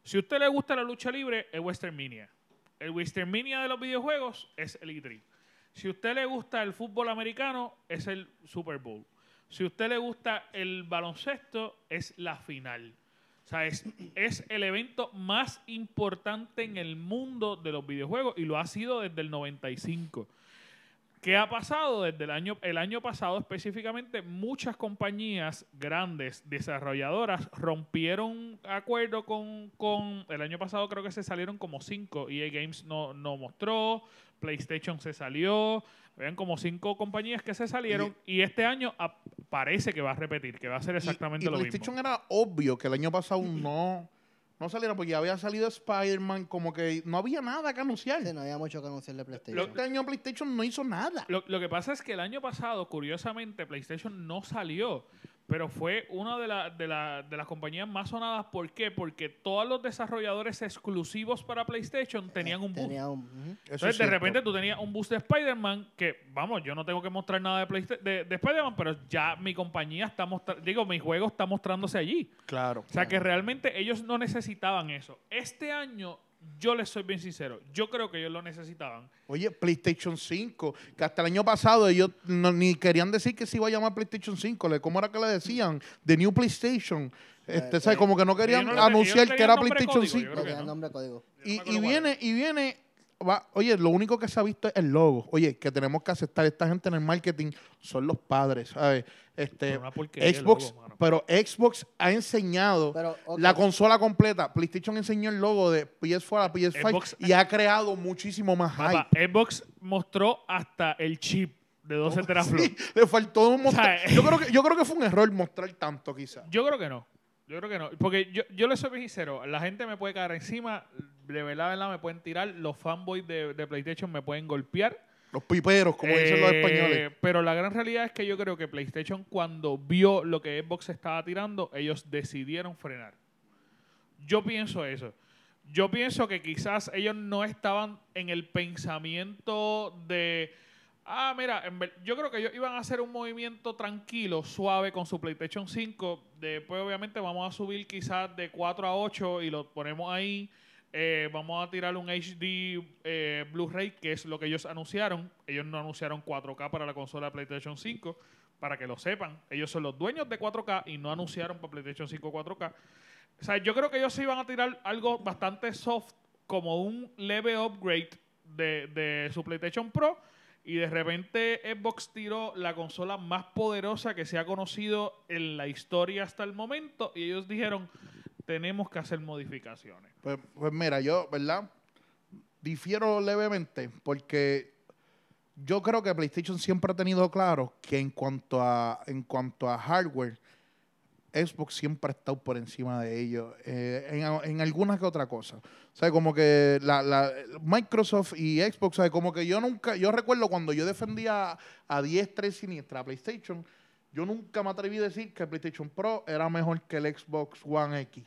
Speaker 4: Si a usted le gusta la lucha libre, es Western Mania. El Western Mania de los videojuegos es el E3. Si a usted le gusta el fútbol americano, es el Super Bowl. Si a usted le gusta el baloncesto, es la final. O sea, es, es el evento más importante en el mundo de los videojuegos y lo ha sido desde el 95. ¿Qué ha pasado desde el año, el año pasado específicamente? Muchas compañías grandes, desarrolladoras, rompieron acuerdo con, con... El año pasado creo que se salieron como cinco. EA Games no, no mostró, PlayStation se salió. Vean como cinco compañías que se salieron y este año ap- parece que va a repetir, que va a ser
Speaker 1: Y-
Speaker 4: exactamente
Speaker 1: y
Speaker 4: lo mismo.
Speaker 1: PlayStation era obvio que el año pasado no, no saliera porque ya había salido Spider-Man, como que no había nada que anunciar.
Speaker 3: Sí, no había mucho que anunciar de PlayStation.
Speaker 1: Este año PlayStation no hizo nada.
Speaker 4: Lo, lo que pasa es que el año pasado, curiosamente, PlayStation no salió. Pero fue una de, la- de la- de las compañías más sonadas. ¿Por qué? Porque todos los desarrolladores exclusivos para PlayStation tenían un boost.
Speaker 3: Tenía un. ujú.
Speaker 1: Eso es
Speaker 4: Entonces, de
Speaker 1: cierto.
Speaker 4: repente tú tenías un boost de Spider-Man que, vamos, yo no tengo que mostrar nada de, Playsta- de, de Spider-Man, pero ya mi compañía está mostrando, digo, mi juego está mostrándose allí.
Speaker 1: Claro.
Speaker 4: O sea, que realmente ellos no necesitaban eso. Este año, yo les soy bien sincero, yo creo que ellos lo necesitaban.
Speaker 1: Oye, PlayStation 5, que hasta el año pasado ellos no- ni querían decir que se iba a llamar PlayStation 5. le- ¿Cómo era que le decían? The New PlayStation. Este,
Speaker 3: Eh,
Speaker 1: ¿sabes?
Speaker 3: eh,
Speaker 1: Como que no querían
Speaker 4: ellos no le-
Speaker 1: anunciar
Speaker 4: ellos
Speaker 1: que era
Speaker 4: tenían nombre
Speaker 1: PlayStation
Speaker 4: código, yo
Speaker 1: 5.
Speaker 4: creo que
Speaker 3: tenía
Speaker 4: no.
Speaker 3: nombre de código.
Speaker 4: Yo no
Speaker 1: Y,
Speaker 4: me acuerdo
Speaker 1: y
Speaker 4: cuál era.
Speaker 1: viene, y viene. va- oye, lo único que se ha visto es el logo. Oye, que tenemos que aceptar esta gente en el marketing son los padres, ¿sabes? Este,
Speaker 4: Pero una porquería de
Speaker 1: Xbox,
Speaker 4: logo, mano.
Speaker 1: pero Xbox ha enseñado
Speaker 3: Pero, ok.
Speaker 1: la consola completa. PlayStation enseñó el logo de PS4 a PS5
Speaker 4: Xbox-
Speaker 1: y ha creado muchísimo más hype.
Speaker 4: [LAUGHS]
Speaker 1: Oh,
Speaker 4: Papá, Xbox mostró hasta el chip de 12 teraflops.
Speaker 1: Sí, [LAUGHS] le faltó un mostrar.
Speaker 4: O sea, eh.
Speaker 1: Yo creo, que, yo creo que fue un error mostrar tanto, quizás.
Speaker 4: Yo creo que no. Yo creo que no. Porque yo, yo le soy bien sincero. La gente me puede caer encima. De verdad, de verdad, me pueden tirar. Los fanboys de, de PlayStation me pueden golpear.
Speaker 1: Los piperos, como dicen los
Speaker 4: Eh,
Speaker 1: españoles.
Speaker 4: Pero la gran realidad es que yo creo que PlayStation, cuando vio lo que Xbox estaba tirando, ellos decidieron frenar. Yo pienso eso. Yo pienso que quizás ellos no estaban en el pensamiento de. Ah, mira, en ver- yo creo que ellos iban a hacer un movimiento tranquilo, suave con su PlayStation 5. Después, obviamente, vamos a subir quizás de 4 a 8 y lo ponemos ahí. Eh, vamos a tirar un HD eh, Blu-ray, que es lo que ellos anunciaron. Ellos no anunciaron 4K para la consola de PlayStation 5, para que lo sepan. Ellos son los dueños de 4K y no anunciaron para PlayStation 5 4K. O sea, yo creo que ellos se iban a tirar algo bastante soft, como un leve upgrade de, de su PlayStation Pro. Y de repente Xbox tiró la consola más poderosa que se ha conocido en la historia hasta el momento. Y ellos dijeron, tenemos que hacer modificaciones.
Speaker 1: Pues, pues mira, yo, ¿verdad? Difiero levemente porque yo creo que PlayStation siempre ha tenido claro que en cuanto a, en cuanto a hardware, Xbox siempre ha estado por encima de ellos eh, en, a- en alguna que otra cosa. O sea, como que la, la- Microsoft y Xbox, o sea, como que yo nunca, yo recuerdo cuando yo defendía a diestra y siniestra a PlayStation, yo nunca me atreví a decir que PlayStation Pro era mejor que el Xbox One X.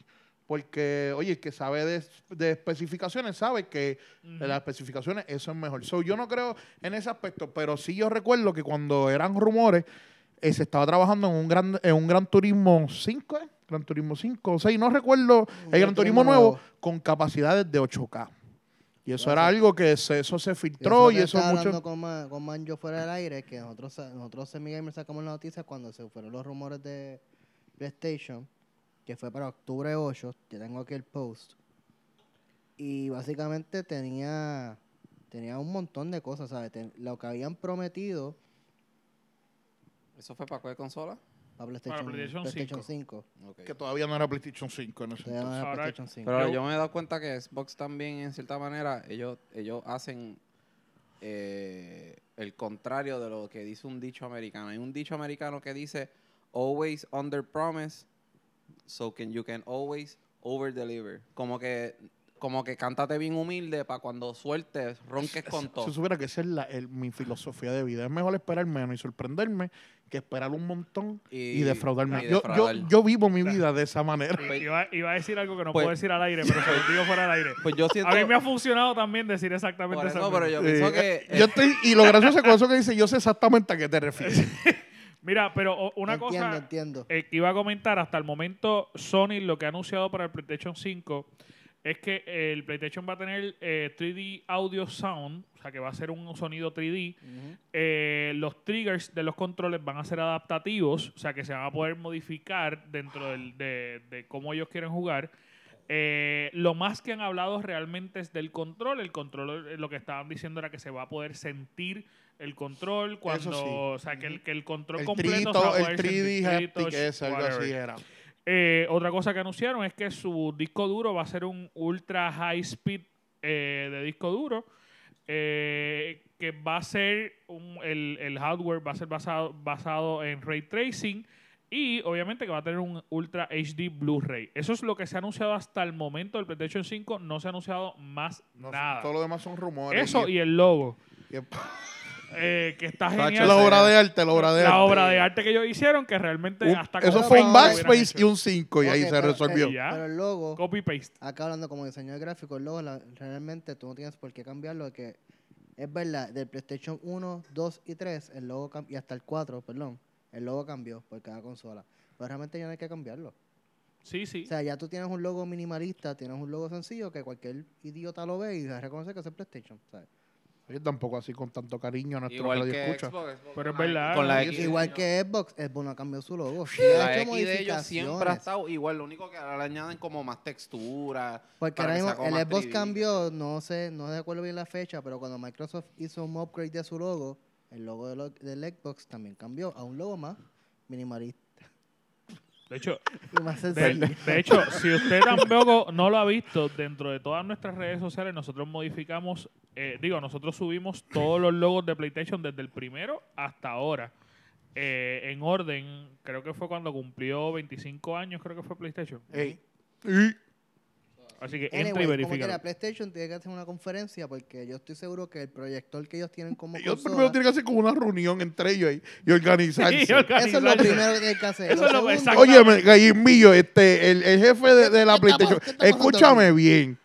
Speaker 1: Porque, oye, el que sabe de, de especificaciones sabe que de las especificaciones eso es mejor. So, yo no creo en ese aspecto, pero sí yo recuerdo que cuando eran rumores, eh, se estaba trabajando en un gran, en un Gran Turismo 5, ¿eh? Gran Turismo 5 o 6, no recuerdo, el Gran
Speaker 3: Gran
Speaker 1: Turismo
Speaker 3: Turismo
Speaker 1: nuevo,
Speaker 3: nuevo.
Speaker 1: con capacidades de 8K. Y eso
Speaker 3: Gracias.
Speaker 1: era algo que se- eso se filtró y
Speaker 3: que
Speaker 1: eso,
Speaker 3: estaba
Speaker 1: mucho...
Speaker 3: hablando con, Ma- con Manjo fuera del aire, que nosotros, sa- nosotros en Mi Gamer sacamos la noticia cuando se fueron los rumores de PlayStation, que fue para octubre 8, yo tengo aquí el post. Y básicamente tenía, tenía un montón de cosas, ¿sabes? Ten- lo que habían prometido
Speaker 2: ¿Eso fue para cuál consola?
Speaker 3: para PlayStation,
Speaker 4: PlayStation
Speaker 3: 5.
Speaker 1: Que todavía no era PlayStation 5 en ese
Speaker 3: Todavía no
Speaker 1: entonces.
Speaker 3: era
Speaker 4: Ahora-
Speaker 3: PlayStation 5.
Speaker 2: Pero
Speaker 4: Yo-
Speaker 2: yo me he dado cuenta que Xbox también, en cierta manera, ellos, ellos hacen eh, el contrario de lo que dice un dicho americano. Hay un dicho americano que dice, always under promise, so can you can always over deliver. Como que, como que cántate bien humilde para cuando sueltes, ronques con
Speaker 1: Si
Speaker 2: todo.
Speaker 1: supiera que esa es la- el- mi filosofía de vida. Es mejor esperar menos y sorprenderme que esperar un montón y,
Speaker 2: Y-
Speaker 1: defraudarme.
Speaker 2: y
Speaker 1: Yo- yo,
Speaker 2: defraudar.
Speaker 1: yo, vivo mi vida de esa manera.
Speaker 2: Pues-
Speaker 4: Iba, iba a decir algo que no
Speaker 2: pues-
Speaker 4: puedo decir al aire, pero se lo digo fuera al aire.
Speaker 2: Pues yo siento...
Speaker 4: A mí me ha funcionado también decir exactamente
Speaker 2: por
Speaker 4: eso.
Speaker 2: eso, pero yo
Speaker 1: Sí.
Speaker 2: pienso que...
Speaker 1: Eh, Yo estoy- y lo gracioso con eso que dice, yo sé exactamente a qué te refieres.
Speaker 4: Mira, pero o- una
Speaker 3: entiendo,
Speaker 4: cosa
Speaker 3: entiendo.
Speaker 4: eh, que iba a comentar, hasta el momento Sony lo que ha anunciado para el PlayStation 5 es que el PlayStation va a tener eh, 3D audio sound, o sea que va a ser un sonido 3D.
Speaker 3: Ujú.
Speaker 4: Eh, los triggers de los controles van a ser adaptativos, o sea que se van a poder modificar dentro del- de, de cómo ellos quieren jugar. Eh, lo más que han hablado realmente es del control. El control, eh, lo que estaban diciendo era que se va a poder sentir el control cuando,
Speaker 1: sí.
Speaker 4: o sea, que el, que el control
Speaker 1: El
Speaker 4: completo se va
Speaker 1: trito,
Speaker 4: a
Speaker 1: el
Speaker 4: poder
Speaker 1: 3D
Speaker 4: sentir,
Speaker 1: haptic,
Speaker 4: tritos,
Speaker 1: es algo
Speaker 4: whatever.
Speaker 1: así era.
Speaker 4: Eh, otra cosa que anunciaron es que su disco duro va a ser un ultra high speed eh, de disco duro. eh, que va a ser un- el, el hardware va a ser basado, basado en ray tracing y obviamente que va a tener un ultra HD Blu-ray. Eso es lo que se ha anunciado hasta el momento del PlayStation 5. No se ha anunciado más
Speaker 1: No sé,
Speaker 4: nada.
Speaker 1: todo lo demás son rumores.
Speaker 4: Eso y el logo.
Speaker 1: y- y-
Speaker 4: eh, que está
Speaker 2: Tacho,
Speaker 4: genial.
Speaker 1: La obra de arte, la obra de
Speaker 4: la
Speaker 1: arte.
Speaker 4: obra de arte que ellos hicieron, que realmente
Speaker 1: Un-
Speaker 4: hasta
Speaker 1: eso
Speaker 4: como
Speaker 1: fue
Speaker 4: lo
Speaker 1: un
Speaker 4: hubieran
Speaker 1: backspace
Speaker 4: hecho.
Speaker 1: y un 5 y ahí
Speaker 3: Ok,
Speaker 1: se
Speaker 3: pero- eh,
Speaker 1: resolvió.
Speaker 4: Y ya.
Speaker 3: Pero el logo,
Speaker 4: Copy paste.
Speaker 3: acá hablando como diseñador gráfico, el logo la- realmente tú no tienes por qué cambiarlo. de que es verdad, del PlayStation 1, 2 y 3, el logo cam- y hasta el 4, perdón, el logo cambió por cada consola. Pero realmente ya no hay que cambiarlo.
Speaker 4: Sí, sí.
Speaker 3: O sea, ya tú tienes un logo minimalista, tienes un logo sencillo que cualquier idiota lo ve y reconoce que es el PlayStation. ¿sabes?
Speaker 1: Oye, tampoco así con tanto cariño a nuestro
Speaker 2: Igual
Speaker 1: radio
Speaker 2: que
Speaker 1: escucha.
Speaker 2: Xbox, Xbox
Speaker 4: Pero es
Speaker 2: con la-
Speaker 4: verdad.
Speaker 2: Con la
Speaker 4: Y-
Speaker 2: X.
Speaker 3: Igual que Xbox, Xbox no cambió su logo. Sí, ha
Speaker 2: La
Speaker 3: hecho
Speaker 2: X de ellos siempre ha
Speaker 3: modificaciones.
Speaker 2: estado igual. Lo único que ahora le añaden como más textura.
Speaker 3: Porque
Speaker 2: para que
Speaker 3: ahora mismo
Speaker 2: sea como
Speaker 3: el
Speaker 2: más
Speaker 3: Xbox
Speaker 2: 3D.
Speaker 3: cambió, no sé, no recuerdo bien la fecha, pero cuando Microsoft hizo un upgrade de su logo, el logo de lo- del Xbox también cambió a un logo más minimalista
Speaker 4: De hecho,
Speaker 3: y más
Speaker 4: de,
Speaker 3: sencillo.
Speaker 4: de hecho, si usted tampoco no lo ha visto, dentro de todas nuestras redes sociales nosotros modificamos, eh, digo, nosotros subimos todos los logos de PlayStation desde el primero hasta ahora. eh, en orden, creo que fue cuando cumplió 25 años, creo que fue PlayStation.
Speaker 1: Ey. Y-
Speaker 4: Así que [LAUGHS] entra y
Speaker 3: Anyway, como
Speaker 4: verifica.
Speaker 3: quiera, PlayStation tiene que hacer una conferencia porque yo estoy seguro que el proyector que ellos
Speaker 1: [LAUGHS]
Speaker 3: tienen como
Speaker 1: Ellos
Speaker 3: consola,
Speaker 1: primero tienen que hacer como una reunión entre ellos ahí y organizarse.
Speaker 4: [LAUGHS] Y organizarse.
Speaker 3: eso es lo primero que tienen que hacer.
Speaker 4: Eso es lo-
Speaker 3: segundo-
Speaker 4: exacto.
Speaker 1: Oye, me- Gallimillo, este, el, el jefe de, de la
Speaker 3: ¿Qué está
Speaker 1: PlayStation,
Speaker 3: pas- qué está pasando
Speaker 1: escúchame bien.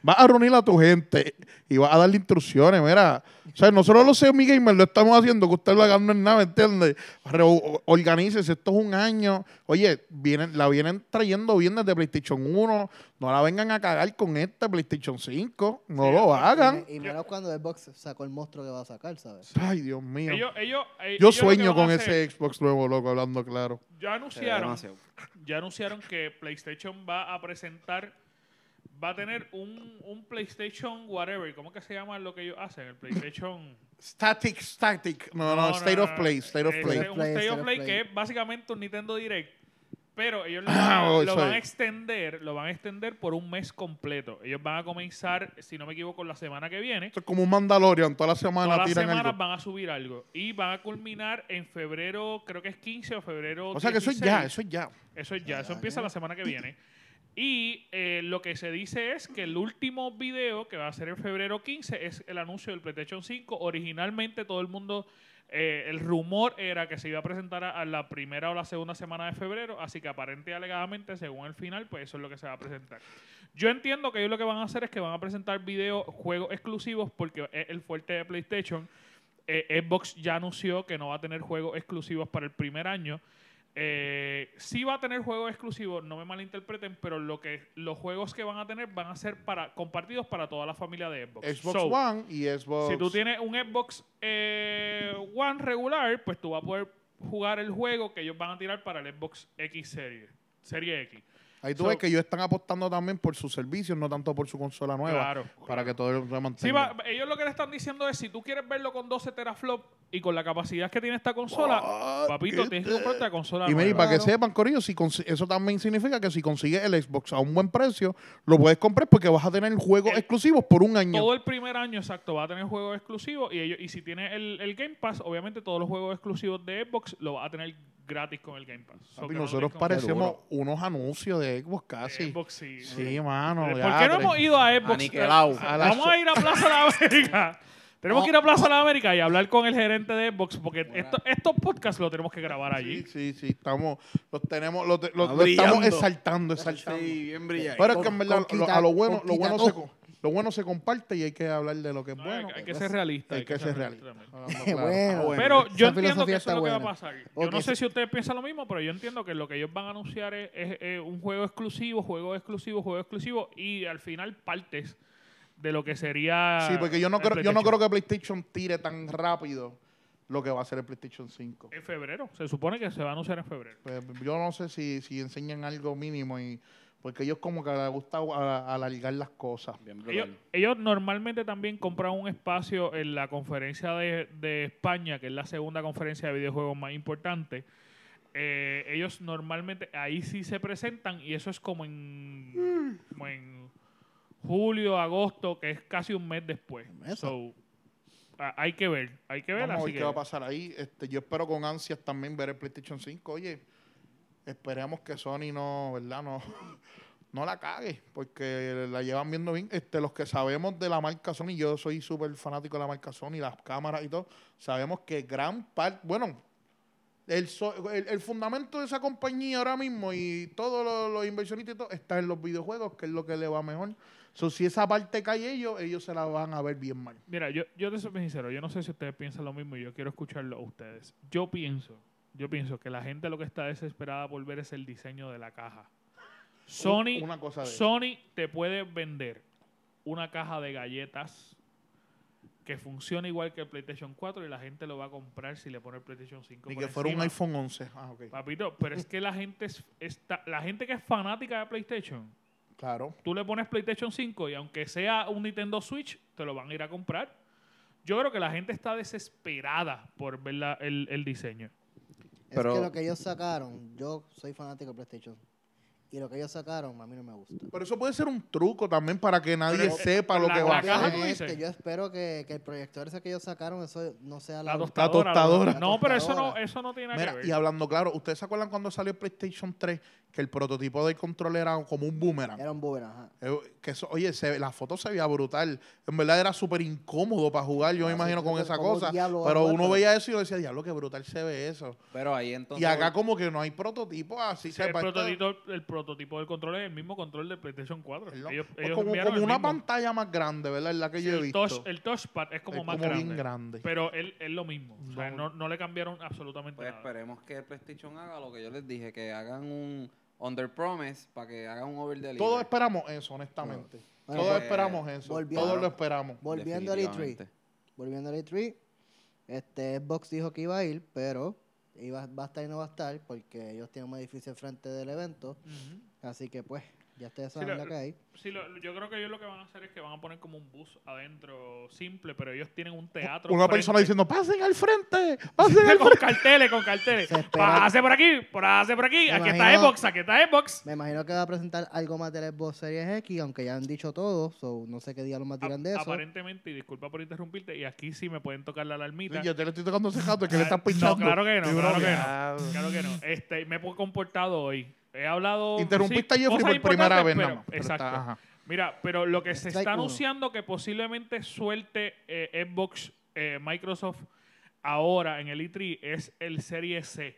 Speaker 1: Vas a reunir a tu gente y vas a darle instrucciones, mira. O sea, nosotros los semi-gamers lo estamos haciendo, que usted lo haga no es nada, ¿entiendes? Re- o- Organícese, esto es un año. Oye, vienen, la vienen trayendo bien desde PlayStation 1. No la vengan a cagar con esta PlayStation 5. No
Speaker 4: Sí,
Speaker 1: lo
Speaker 3: Y me-
Speaker 1: hagan.
Speaker 3: Y menos cuando Xbox sacó el monstruo que va a sacar, ¿sabes?
Speaker 1: Ay, Dios mío.
Speaker 4: Ellos- ellos- eh,
Speaker 1: Yo
Speaker 4: ellos lo que
Speaker 1: sueño
Speaker 4: van a
Speaker 1: con
Speaker 4: hacer-
Speaker 1: ese Xbox nuevo, loco, hablando claro.
Speaker 4: Ya
Speaker 2: Se ve
Speaker 4: anunciaron,
Speaker 2: demasiado.
Speaker 4: ya anunciaron que PlayStation va a presentar, va a tener un, un PlayStation whatever, ¿cómo que se llama lo que ellos hacen? El PlayStation...
Speaker 1: Static, static. No, no, State of Play, State of
Speaker 4: Este,
Speaker 1: Play.
Speaker 4: un State of Play que es básicamente un Nintendo Direct, pero ellos lo, van,
Speaker 1: Ah, oh,
Speaker 4: lo
Speaker 1: eso
Speaker 4: van a
Speaker 1: es.
Speaker 4: extender, lo van a extender por un mes completo. Ellos van a comenzar, si no me equivoco, la semana que viene.
Speaker 1: Esto es como un Mandalorian, toda la semana
Speaker 4: Todas las
Speaker 1: tiran
Speaker 4: semanas
Speaker 1: algo.
Speaker 4: van a subir algo y van a culminar en febrero, creo que es 15 o febrero.
Speaker 1: O sea que eso es
Speaker 4: 16.
Speaker 1: ya, eso es ya.
Speaker 4: Eso es ya, eso
Speaker 3: Ya,
Speaker 4: empieza
Speaker 3: ya.
Speaker 4: la semana que viene. Y eh, lo que se dice es que el último video que va a ser en febrero 15 es el anuncio del PlayStation 5. Originalmente todo el mundo, eh, el rumor era que se iba a presentar a, a la primera o la segunda semana de febrero, así que aparente y alegadamente, según el final, pues eso es lo que se va a presentar. Yo entiendo que ellos lo que van a hacer es que van a presentar videos, juegos exclusivos, porque es el fuerte de PlayStation. Eh, Xbox ya anunció que no va a tener juegos exclusivos para el primer año. Eh, sí va a tener juegos exclusivos, no me malinterpreten, pero lo que, los juegos que van a tener van a ser para, compartidos para toda la familia de Xbox.
Speaker 1: Xbox
Speaker 4: So,
Speaker 1: One y Xbox.
Speaker 4: Si tú tienes un Xbox eh, One regular, pues tú vas a poder jugar el juego que ellos van a tirar para el Xbox X Series. Serie X.
Speaker 1: Ahí tú
Speaker 4: so-
Speaker 1: ves que ellos están apostando también por sus servicios, no tanto por su consola nueva.
Speaker 4: Claro,
Speaker 1: Para que todo lo mantenga.
Speaker 4: Sí, va- ellos lo que le están diciendo es, si tú quieres verlo con 12 teraflops y con la capacidad que tiene esta consola,
Speaker 1: Ah,
Speaker 4: papito,
Speaker 1: ¿qué
Speaker 4: tienes
Speaker 1: te-
Speaker 4: que comprarte la consola
Speaker 1: Y mira, y
Speaker 4: nueva.
Speaker 1: para que
Speaker 3: Claro.
Speaker 1: sepan, Corillo, si consi- eso también significa que si consigues el Xbox a un buen precio, lo puedes comprar porque vas a tener juegos
Speaker 4: El-
Speaker 1: exclusivos por un año.
Speaker 4: Todo el primer año, exacto, va a tener juegos exclusivos y ellos, y si tienes el, el Game Pass, obviamente todos los juegos exclusivos de Xbox lo vas a tener gratis con el Game Pass. So
Speaker 1: Papi,
Speaker 4: que no Eh,
Speaker 1: nosotros
Speaker 4: tienes que comprar
Speaker 1: parecemos unos anuncios de Xbox casi.
Speaker 4: Xbox, sí.
Speaker 1: Sí, mano.
Speaker 4: ¿Por
Speaker 1: ya,
Speaker 4: qué no
Speaker 1: tres-
Speaker 4: hemos ido a Xbox?
Speaker 2: Aniquilado.
Speaker 4: Eh, Vamos a ir a Plaza de la América. Tenemos que ir a Plaza de la América y hablar con el gerente de Xbox porque esto- estos podcasts los tenemos que grabar allí.
Speaker 1: Sí, sí, sí, estamos, los tenemos, los, te- los-
Speaker 2: Está
Speaker 1: los estamos
Speaker 2: brillando.
Speaker 1: exaltando, exaltando.
Speaker 2: bien brillante.
Speaker 4: Pues,
Speaker 1: Pero es que en verdad,
Speaker 3: Con-
Speaker 1: lo-
Speaker 3: con
Speaker 1: a lo
Speaker 3: quita-
Speaker 1: bueno,
Speaker 3: con
Speaker 1: lo bueno,
Speaker 3: quita
Speaker 1: se,
Speaker 3: todo.
Speaker 1: co- lo bueno se comparte y hay que hablar de lo que es
Speaker 4: No, hay-
Speaker 1: bueno. pues
Speaker 4: hay, que ser realista.
Speaker 1: hay que ser realista.
Speaker 4: realista.
Speaker 1: Hablando
Speaker 3: Qué
Speaker 1: claro.
Speaker 3: bueno.
Speaker 2: bueno.
Speaker 4: Pero
Speaker 3: Esa
Speaker 4: yo entiendo que
Speaker 3: filosofía
Speaker 4: eso
Speaker 3: está
Speaker 4: es lo que va a
Speaker 3: buena.
Speaker 4: pasar. Yo
Speaker 3: Ok,
Speaker 4: no sé
Speaker 3: sí.
Speaker 4: si ustedes piensan lo mismo, pero yo entiendo que lo que ellos van a anunciar es, es, eh, un juego exclusivo, juego exclusivo, juego exclusivo y al final partes de lo que sería.
Speaker 1: Sí, porque yo no,
Speaker 4: el
Speaker 1: creo, yo no
Speaker 4: PlayStation.
Speaker 1: creo que PlayStation tire tan rápido lo que va a ser el PlayStation 5.
Speaker 4: En febrero, se supone que se va a anunciar en febrero.
Speaker 1: Pues, yo no sé si, si enseñan algo mínimo y porque ellos como que les gusta a- alargar las cosas.
Speaker 2: Bien
Speaker 4: Ellos,
Speaker 2: brutal.
Speaker 4: ellos normalmente también compran un espacio en la conferencia de, de España, que es la segunda conferencia de videojuegos más importante. Eh, ellos normalmente ahí sí se presentan y eso es como en, como en julio, agosto, que es casi un mes después.
Speaker 3: Eso.
Speaker 4: So, a- hay que ver, hay que ver.
Speaker 1: Vamos a
Speaker 4: así
Speaker 1: ver qué
Speaker 4: que-
Speaker 1: va a pasar ahí. Este, yo espero con ansias también ver el PlayStation 5. Oye, esperemos que Sony no, [LAUGHS] ¿verdad? No, no la cagues, porque la llevan viendo bien. Este, los que sabemos de la marca Sony, yo soy súper fanático de la marca Sony, las cámaras y todo, sabemos que gran parte, bueno, el, so- el- el fundamento de esa compañía ahora mismo y todos los, los inversionistas y todo está en los videojuegos, que es lo que le va mejor. So, si esa parte cae ellos, ellos se la van a ver bien mal.
Speaker 4: Mira, yo, yo te soy bien sincero, yo no sé si ustedes piensan lo mismo y yo quiero escucharlo a ustedes. Yo pienso, yo pienso que la gente lo que está desesperada por ver es el diseño de la caja. Sony,
Speaker 1: Una cosa de
Speaker 4: Sony te puede vender una caja de galletas que funciona igual que el PlayStation 4 y la gente lo va a comprar si le pone el PlayStation 5
Speaker 1: Ni
Speaker 4: por
Speaker 1: que fuera un
Speaker 4: encima.
Speaker 1: iPhone 11. Ah, ok.
Speaker 4: Papito, pero es que la gente es- está, la gente que es fanática de PlayStation,
Speaker 1: Claro.
Speaker 4: tú le pones PlayStation 5 y aunque sea un Nintendo Switch, te lo van a ir a comprar. Yo creo que la gente está desesperada por ver la- el, el diseño.
Speaker 3: es
Speaker 2: Pero-
Speaker 3: que lo que ellos sacaron, yo soy fanático de PlayStation. Y lo que ellos sacaron a mí no me gusta.
Speaker 1: Pero eso puede ser un truco también para que nadie
Speaker 4: Pero, eh,
Speaker 1: sepa lo
Speaker 4: la-
Speaker 1: que
Speaker 4: la
Speaker 1: va a
Speaker 4: [LAUGHS] caja
Speaker 1: hacer.
Speaker 4: tú
Speaker 3: Honestamente,
Speaker 4: dices.
Speaker 3: yo espero que, que el proyector ese que ellos sacaron, eso no sea la,
Speaker 4: La
Speaker 3: última.
Speaker 4: tostadora.
Speaker 1: La
Speaker 4: lo-
Speaker 1: tostadora.
Speaker 4: No, pero eso no,
Speaker 3: Tostadora.
Speaker 4: eso no tiene nada
Speaker 1: Mira,
Speaker 4: que ver.
Speaker 1: y hablando claro, ¿ustedes se acuerdan cuando salió el PlayStation 3 que el prototipo del control era como un boomerang?
Speaker 3: Era un boomerang, ajá.
Speaker 1: Eh, Que eso, oye, se- la foto se veía brutal. En verdad era súper incómodo para jugar, yo me
Speaker 3: Ah,
Speaker 1: imagino,
Speaker 3: sí,
Speaker 1: con
Speaker 3: pero
Speaker 1: esa
Speaker 3: ¿cómo
Speaker 1: cosa.
Speaker 3: diablo va a
Speaker 1: Pero
Speaker 3: jugar,
Speaker 1: uno
Speaker 3: pero-
Speaker 1: veía eso y yo decía, diablo, qué brutal se ve eso.
Speaker 2: Pero ahí entonces.
Speaker 1: Y acá como que no hay prototipo así.
Speaker 4: O sea, el,
Speaker 1: sepa, esto-
Speaker 4: prototipo, el prototipo del control es el mismo control del PlayStation 4.
Speaker 1: es lo-
Speaker 4: Ellos,
Speaker 1: es
Speaker 4: ellos
Speaker 1: como,
Speaker 4: enviaron
Speaker 1: como
Speaker 4: el
Speaker 1: una
Speaker 4: mismo.
Speaker 1: pantalla más grande, ¿verdad? Es la que
Speaker 4: Sí,
Speaker 1: yo he
Speaker 4: el,
Speaker 1: visto.
Speaker 4: touch, el touchpad es como
Speaker 1: es
Speaker 4: más
Speaker 1: como
Speaker 4: grande.
Speaker 1: bien grande.
Speaker 4: Pero él es lo mismo. O sea,
Speaker 1: No.
Speaker 4: no, no le cambiaron absolutamente
Speaker 2: Pues
Speaker 4: nada.
Speaker 2: esperemos que el PlayStation haga lo que yo les dije, que hagan un under promise para que hagan un over delivery.
Speaker 1: Todos esperamos eso, honestamente.
Speaker 3: Bueno,
Speaker 1: Todos
Speaker 2: pues,
Speaker 1: esperamos eso.
Speaker 3: volviendo-
Speaker 1: Todos lo esperamos.
Speaker 3: Volviendo al E E3.
Speaker 2: Definitivamente.
Speaker 3: Volviendo al E3, este Xbox dijo que iba a ir, pero iba, va a estar y no va a estar porque ellos tienen un edificio enfrente del evento.
Speaker 4: Ujú.
Speaker 3: Así que pues, ya ustedes saben
Speaker 4: la-
Speaker 3: la que hay.
Speaker 4: Sí, lo- yo creo que ellos lo que van a hacer es que van a poner como un bus adentro simple, pero ellos tienen un teatro.
Speaker 1: Una
Speaker 4: frente.
Speaker 1: persona diciendo, pasen al frente, pasen al
Speaker 4: [LAUGHS] con
Speaker 1: frente.
Speaker 4: carteles, con carteles.
Speaker 3: Se espera-
Speaker 4: Pase por aquí, por- pase por aquí.
Speaker 3: Me
Speaker 4: Aquí está
Speaker 3: imagino-
Speaker 4: Xbox, aquí está Xbox.
Speaker 3: Me imagino que va a presentar algo más del Xbox Series X, aunque ya han dicho todo, so no sé qué día lo más tiran de
Speaker 4: A-
Speaker 3: eso.
Speaker 4: Aparentemente, y disculpa por interrumpirte, y aquí sí me pueden tocar la alarmita.
Speaker 1: Yo te le estoy tocando ese jato que le estás
Speaker 4: Ah, No,
Speaker 1: pinchando.
Speaker 4: claro que no,
Speaker 1: Y uno,
Speaker 4: claro que no. Ah,
Speaker 1: "Diablo".
Speaker 4: Claro que no. Este, me he comportado hoy. He hablado.
Speaker 1: Interrumpiste
Speaker 4: sí,
Speaker 1: a Jeffrey
Speaker 4: cosas
Speaker 1: por primera
Speaker 4: importantes,
Speaker 1: vez,
Speaker 4: pero-
Speaker 1: nada más. Pero está-
Speaker 4: Exacto.
Speaker 1: ajá.
Speaker 4: Mira, pero lo que se
Speaker 3: Strike
Speaker 4: está
Speaker 3: uno.
Speaker 4: anunciando que posiblemente suelte eh, Xbox, eh, Microsoft ahora en el E3 es el Serie C.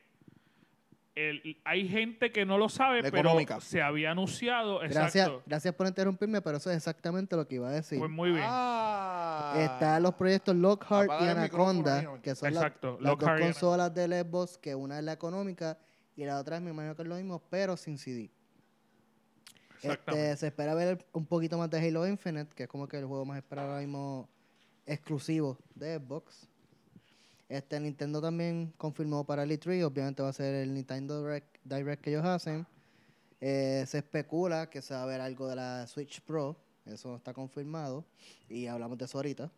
Speaker 4: El- hay gente que no lo sabe,
Speaker 1: La
Speaker 4: pero
Speaker 1: económica.
Speaker 4: se había anunciado.
Speaker 3: Gracias,
Speaker 4: Exacto.
Speaker 3: gracias por interrumpirme, pero eso es exactamente lo que iba a decir.
Speaker 4: Pues muy bien.
Speaker 1: Ah.
Speaker 3: Están los proyectos Lockhart
Speaker 1: Apaga
Speaker 3: y
Speaker 1: el micrófono,
Speaker 3: Anaconda,
Speaker 1: niño.
Speaker 3: que son las-
Speaker 4: Exacto,
Speaker 3: las
Speaker 4: Lockhart y
Speaker 3: dos consolas del Xbox, que una es la económica y la otra es, me imagino que es lo mismo, pero sin CD.
Speaker 4: Exactamente.
Speaker 3: Este, se espera ver un poquito más de Halo Infinite, que es como que el juego más esperado ahora mismo exclusivo de Xbox. Este Nintendo también confirmó para el E3, obviamente va a ser el Nintendo Direct, Direct que ellos hacen. Eh, se especula que se va a ver algo de la Switch Pro, eso no está confirmado, y hablamos de eso ahorita.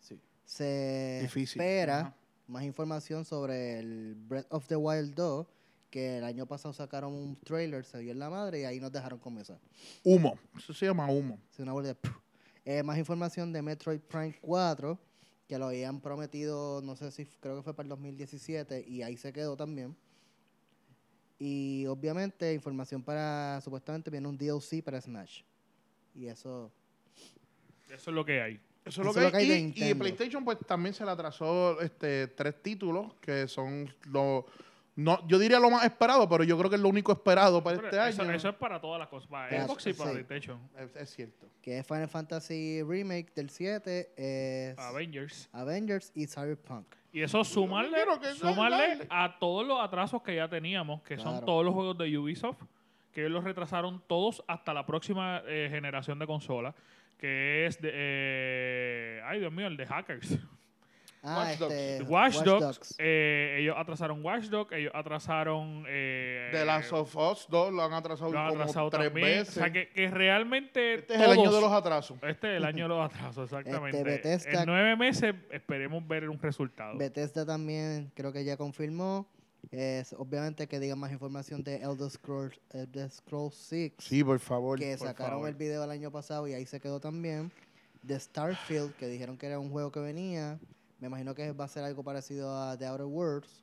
Speaker 2: Sí.
Speaker 3: Se
Speaker 1: Difícil,
Speaker 3: espera
Speaker 1: ajá.
Speaker 3: más información sobre el Breath of the Wild 2, que el año pasado sacaron un trailer, se vio en la madre y ahí nos dejaron comenzar.
Speaker 1: Humo. Eso se llama humo.
Speaker 3: Sí, una bola de ¡puf! Eh, más información de Metroid Prime 4, que lo habían prometido, no sé si f- creo que fue para el 2017, y ahí se quedó también. Y obviamente información para, supuestamente viene un DLC para Smash. Y eso,
Speaker 4: Eso es lo que hay.
Speaker 1: Eso es lo
Speaker 3: Eso
Speaker 1: que,
Speaker 3: es lo que hay de
Speaker 1: hay. Y- Y,
Speaker 3: Nintendo.
Speaker 1: PlayStation pues también se le atrasó este, tres títulos que son los... No, yo diría lo más esperado, pero yo creo que es lo único esperado para
Speaker 4: Pero
Speaker 1: este
Speaker 4: eso,
Speaker 1: año.
Speaker 4: eso es para todas las cosas. Para
Speaker 3: Claro,
Speaker 4: Xbox y para
Speaker 3: sí.
Speaker 4: PlayStation.
Speaker 1: Es- es cierto.
Speaker 3: que es Final Fantasy Remake del 7, es
Speaker 4: Avengers.
Speaker 3: Avengers y Cyberpunk.
Speaker 4: Y eso sumarle,
Speaker 1: quiero que salga
Speaker 4: sumarle
Speaker 1: él.
Speaker 4: a todos los atrasos que ya teníamos, que son
Speaker 3: Claro.
Speaker 4: todos los juegos de Ubisoft, que ellos los retrasaron todos hasta la próxima eh, generación de consolas, que es de, eh, ay Dios mío, el de hackers.
Speaker 3: Ah,
Speaker 1: Watch Dogs.
Speaker 3: este,
Speaker 4: [LAUGHS] Watch Dogs,
Speaker 3: Dogs.
Speaker 4: eh, ellos atrasaron Watch Dogs, ellos atrasaron eh,
Speaker 1: The Last of Us 2 lo han atrasado
Speaker 4: lo han
Speaker 1: como
Speaker 4: atrasado
Speaker 1: tres
Speaker 4: también.
Speaker 1: veces.
Speaker 4: O sea que, que realmente
Speaker 1: este es el año
Speaker 4: todos-
Speaker 1: de los atrasos.
Speaker 4: este es el año de
Speaker 3: [LAUGHS]
Speaker 4: los atrasos, exactamente.
Speaker 3: Este, Bethesda-
Speaker 4: En nueve meses esperemos ver un resultado.
Speaker 3: Bethesda también creo que ya confirmó. Es, obviamente que digan más información de Elder Scrolls, Elder Scrolls 6,
Speaker 1: Sí, por favor.
Speaker 3: que
Speaker 1: por
Speaker 3: sacaron
Speaker 1: favor.
Speaker 3: el video el año pasado y ahí se quedó también. De Starfield, que dijeron que era un juego que venía. Me imagino que va a ser algo parecido a The Outer Worlds.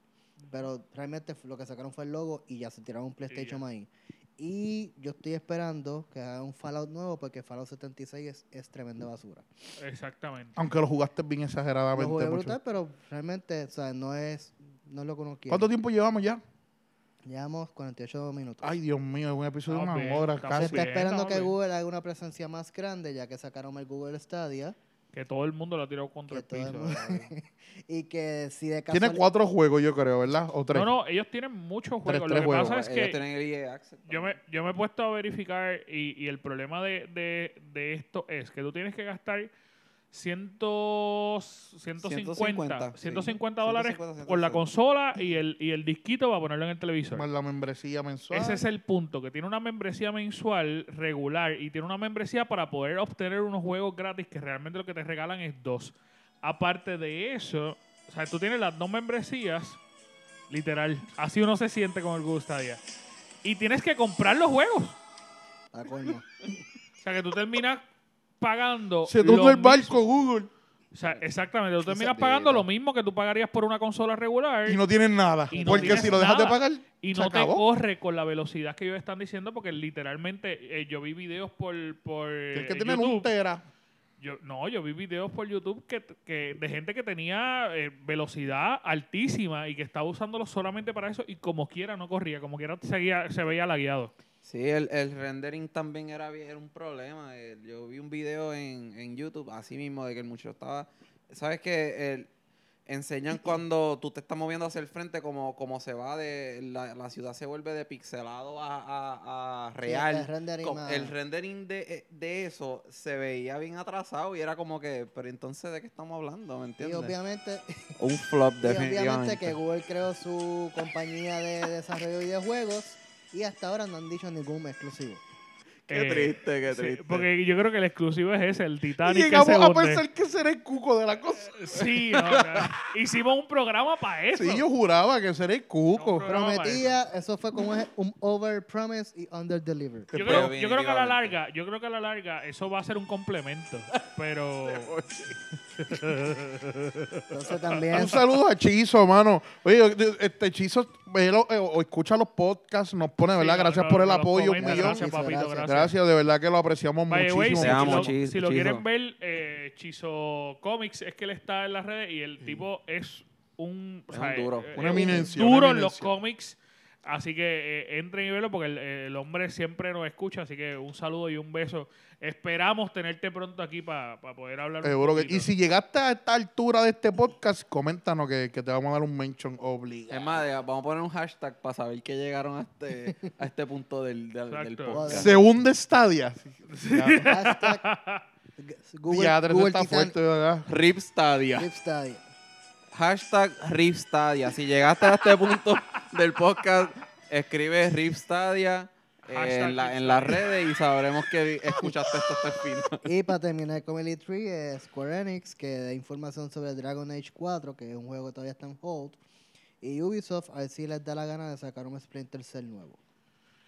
Speaker 3: Pero realmente f- lo que sacaron fue el logo y ya se tiraron un PlayStation ahí. Y yo estoy esperando que haga un Fallout nuevo porque Fallout 76 es, es tremenda basura.
Speaker 4: Exactamente.
Speaker 1: Aunque lo jugaste bien
Speaker 3: Lo
Speaker 1: exageradamente.
Speaker 3: jugué
Speaker 1: mucho.
Speaker 3: brutal, pero realmente, o sea, no es, no es lo que uno quiere.
Speaker 1: ¿Cuánto tiempo llevamos ya?
Speaker 3: Llevamos 48 minutos.
Speaker 1: Ay, Dios mío, es un episodio de
Speaker 4: Estamos
Speaker 1: una
Speaker 4: bien,
Speaker 1: hora
Speaker 4: estamos
Speaker 3: Se
Speaker 1: casi.
Speaker 3: está
Speaker 4: bien,
Speaker 3: esperando
Speaker 4: estamos
Speaker 3: que
Speaker 4: bien.
Speaker 3: Google haga una presencia más grande, ya que sacaron el Google Stadia.
Speaker 4: Que todo el mundo lo ha tirado contra
Speaker 3: Que
Speaker 4: el
Speaker 3: todo
Speaker 4: piso. eh.
Speaker 3: el mundo-
Speaker 4: ¿verdad?
Speaker 3: [LAUGHS] Y que si de caso.
Speaker 1: Tiene cuatro juegos, yo creo, ¿verdad? O tres.
Speaker 4: no, no, ellos tienen muchos
Speaker 1: Tres-
Speaker 4: juegos.
Speaker 1: tres
Speaker 4: lo que
Speaker 1: juegos.
Speaker 4: pasa es
Speaker 2: Ellos
Speaker 4: que
Speaker 2: tienen el EA Access
Speaker 4: yo me,
Speaker 2: también.
Speaker 4: yo me he puesto a verificar y, y el problema de, de- de esto es que tú tienes que gastar 100, 150,
Speaker 2: 150,
Speaker 4: 150,
Speaker 2: sí.
Speaker 4: dólares
Speaker 2: 150,
Speaker 4: con la
Speaker 2: 150.
Speaker 4: consola y el, y el disquito para ponerlo en el televisor.
Speaker 1: Más la membresía mensual.
Speaker 4: Ese es el punto, que tiene una membresía mensual regular y tiene una membresía para poder obtener unos juegos gratis que realmente lo que te regalan es dos. Aparte de eso, o sea, tú tienes las dos membresías, literal, así uno se siente con el Google Stadia. Y tienes que comprar los juegos.
Speaker 3: Para
Speaker 1: [LAUGHS]
Speaker 3: colmo.
Speaker 4: O sea, que tú terminas pagando...
Speaker 1: Se
Speaker 4: lo
Speaker 1: tuvo el
Speaker 4: mismo-
Speaker 1: barco Google
Speaker 4: O sea, exactamente, tú
Speaker 2: Esa
Speaker 4: terminas
Speaker 2: es
Speaker 4: pagando
Speaker 2: vida.
Speaker 4: lo mismo que tú pagarías por una consola regular.
Speaker 1: y no tienen nada.
Speaker 4: Y no
Speaker 1: porque
Speaker 4: tienes
Speaker 1: si lo dejas de
Speaker 4: nada.
Speaker 1: pagar,
Speaker 4: Y
Speaker 1: se
Speaker 4: no te
Speaker 1: acabó.
Speaker 4: corre con la velocidad que ellos están diciendo, porque literalmente eh, yo vi videos por, por
Speaker 1: tienes que
Speaker 4: eh,
Speaker 1: tener un
Speaker 4: YouTube.
Speaker 1: tera.
Speaker 4: Yo, no, yo vi videos por YouTube que, que de gente que tenía eh, velocidad altísima y que estaba usándolo solamente para eso y como quiera no corría, como quiera seguía, se veía lagueado.
Speaker 2: Sí, el, el rendering también era, bien- era un problema. Eh, Yo vi un video en, en YouTube, así mismo, de que el muchacho estaba... ¿Sabes que
Speaker 3: [CLEARS THROAT]
Speaker 2: enseñan cuando tú te estás moviendo hacia el frente como, como se va de... La, la ciudad se vuelve de pixelado a, a- a real.
Speaker 3: el rendering
Speaker 2: Com-
Speaker 3: más-
Speaker 2: el rendering de, eh, de eso se veía bien atrasado y era como que... Pero entonces, ¿de qué estamos hablando? ¿Me
Speaker 3: Y
Speaker 2: entiendes?
Speaker 3: obviamente, [LAUGHS]
Speaker 2: Un flop,
Speaker 3: y obviamente que
Speaker 2: definitivamente.
Speaker 3: Google creó su compañía de desarrollo de videojuegos y hasta ahora no han dicho ningún exclusivo.
Speaker 2: Qué
Speaker 4: Eh,
Speaker 2: triste, qué
Speaker 4: Sí,
Speaker 2: triste.
Speaker 4: porque yo creo que el exclusivo es ese, el
Speaker 1: Y
Speaker 4: Titanic.
Speaker 1: llegamos
Speaker 4: que se
Speaker 1: a
Speaker 4: hunde.
Speaker 1: pensar que ese era el cuco de la cosa.
Speaker 4: Sí, no, no. hicimos un programa para eso.
Speaker 1: Sí, yo juraba que ese era el cuco.
Speaker 4: No, pero- Programa para
Speaker 3: Prometía, eso fue como es un over promise y under deliver.
Speaker 4: Yo
Speaker 2: Pero
Speaker 4: creo, yo creo que a la
Speaker 2: definitivamente.
Speaker 4: larga, yo creo que a la larga eso va a ser un complemento. Pero
Speaker 3: Entonces también
Speaker 1: [LAUGHS] Un saludo a Chizo, mano. Oye, este Chizo, velo, eh, o escucha los podcasts, nos pone, ¿verdad?
Speaker 4: Sí, no,
Speaker 1: gracias
Speaker 4: no,
Speaker 1: por el
Speaker 4: no,
Speaker 1: apoyo, un
Speaker 4: comenta,
Speaker 1: millón.
Speaker 4: Gracias,
Speaker 1: Gracias,
Speaker 3: Chizo,
Speaker 4: papito,
Speaker 3: gracias.
Speaker 4: gracias.
Speaker 1: de verdad que lo apreciamos
Speaker 4: By the way,
Speaker 1: muchísimo.
Speaker 4: si,
Speaker 2: Te
Speaker 4: si
Speaker 2: amo,
Speaker 4: lo,
Speaker 2: Chizo,
Speaker 4: si lo
Speaker 2: Chizo.
Speaker 4: quieren ver, eh, Chizo Comics es que él está en las redes y el tipo es eh, un,
Speaker 2: Es un duro.
Speaker 1: Una eminencia,
Speaker 4: duro
Speaker 1: una
Speaker 4: en los
Speaker 1: eminencia.
Speaker 4: cómics. Así que eh, entren y verlo porque el, el hombre siempre nos escucha. Así que un saludo y un beso. Esperamos tenerte pronto aquí para poder hablar. un
Speaker 1: Seguro que-
Speaker 4: poquito.
Speaker 1: y si llegaste a esta altura de este podcast, coméntanos que, que te vamos a dar un mention obligado.
Speaker 2: Es más, de- vamos a poner un hashtag para saber que llegaron a este, a este punto del, del, del
Speaker 4: Exacto.
Speaker 2: podcast.
Speaker 1: Se hunde Stadia. Ya,
Speaker 3: hashtag g- [LAUGHS] Google,
Speaker 1: ya, tres
Speaker 3: Google
Speaker 1: está
Speaker 3: Titanic
Speaker 1: fuerte, ¿verdad?
Speaker 2: Rip Stadia.
Speaker 3: Clip Stadia.
Speaker 2: Hashtag Rip Stadia. Si llegaste a este punto del podcast, escribe Rip Stadia eh,
Speaker 4: Hashtag
Speaker 2: en, la-
Speaker 4: Rip
Speaker 2: en las redes y sabremos que escuchaste esto hasta el final.
Speaker 3: Y para terminar con el E3, eh, Square Enix, que da información sobre Dragon Age 4, que es un juego que todavía está en hold. Y Ubisoft, a ver si les da la gana de sacar un Splinter Cell nuevo.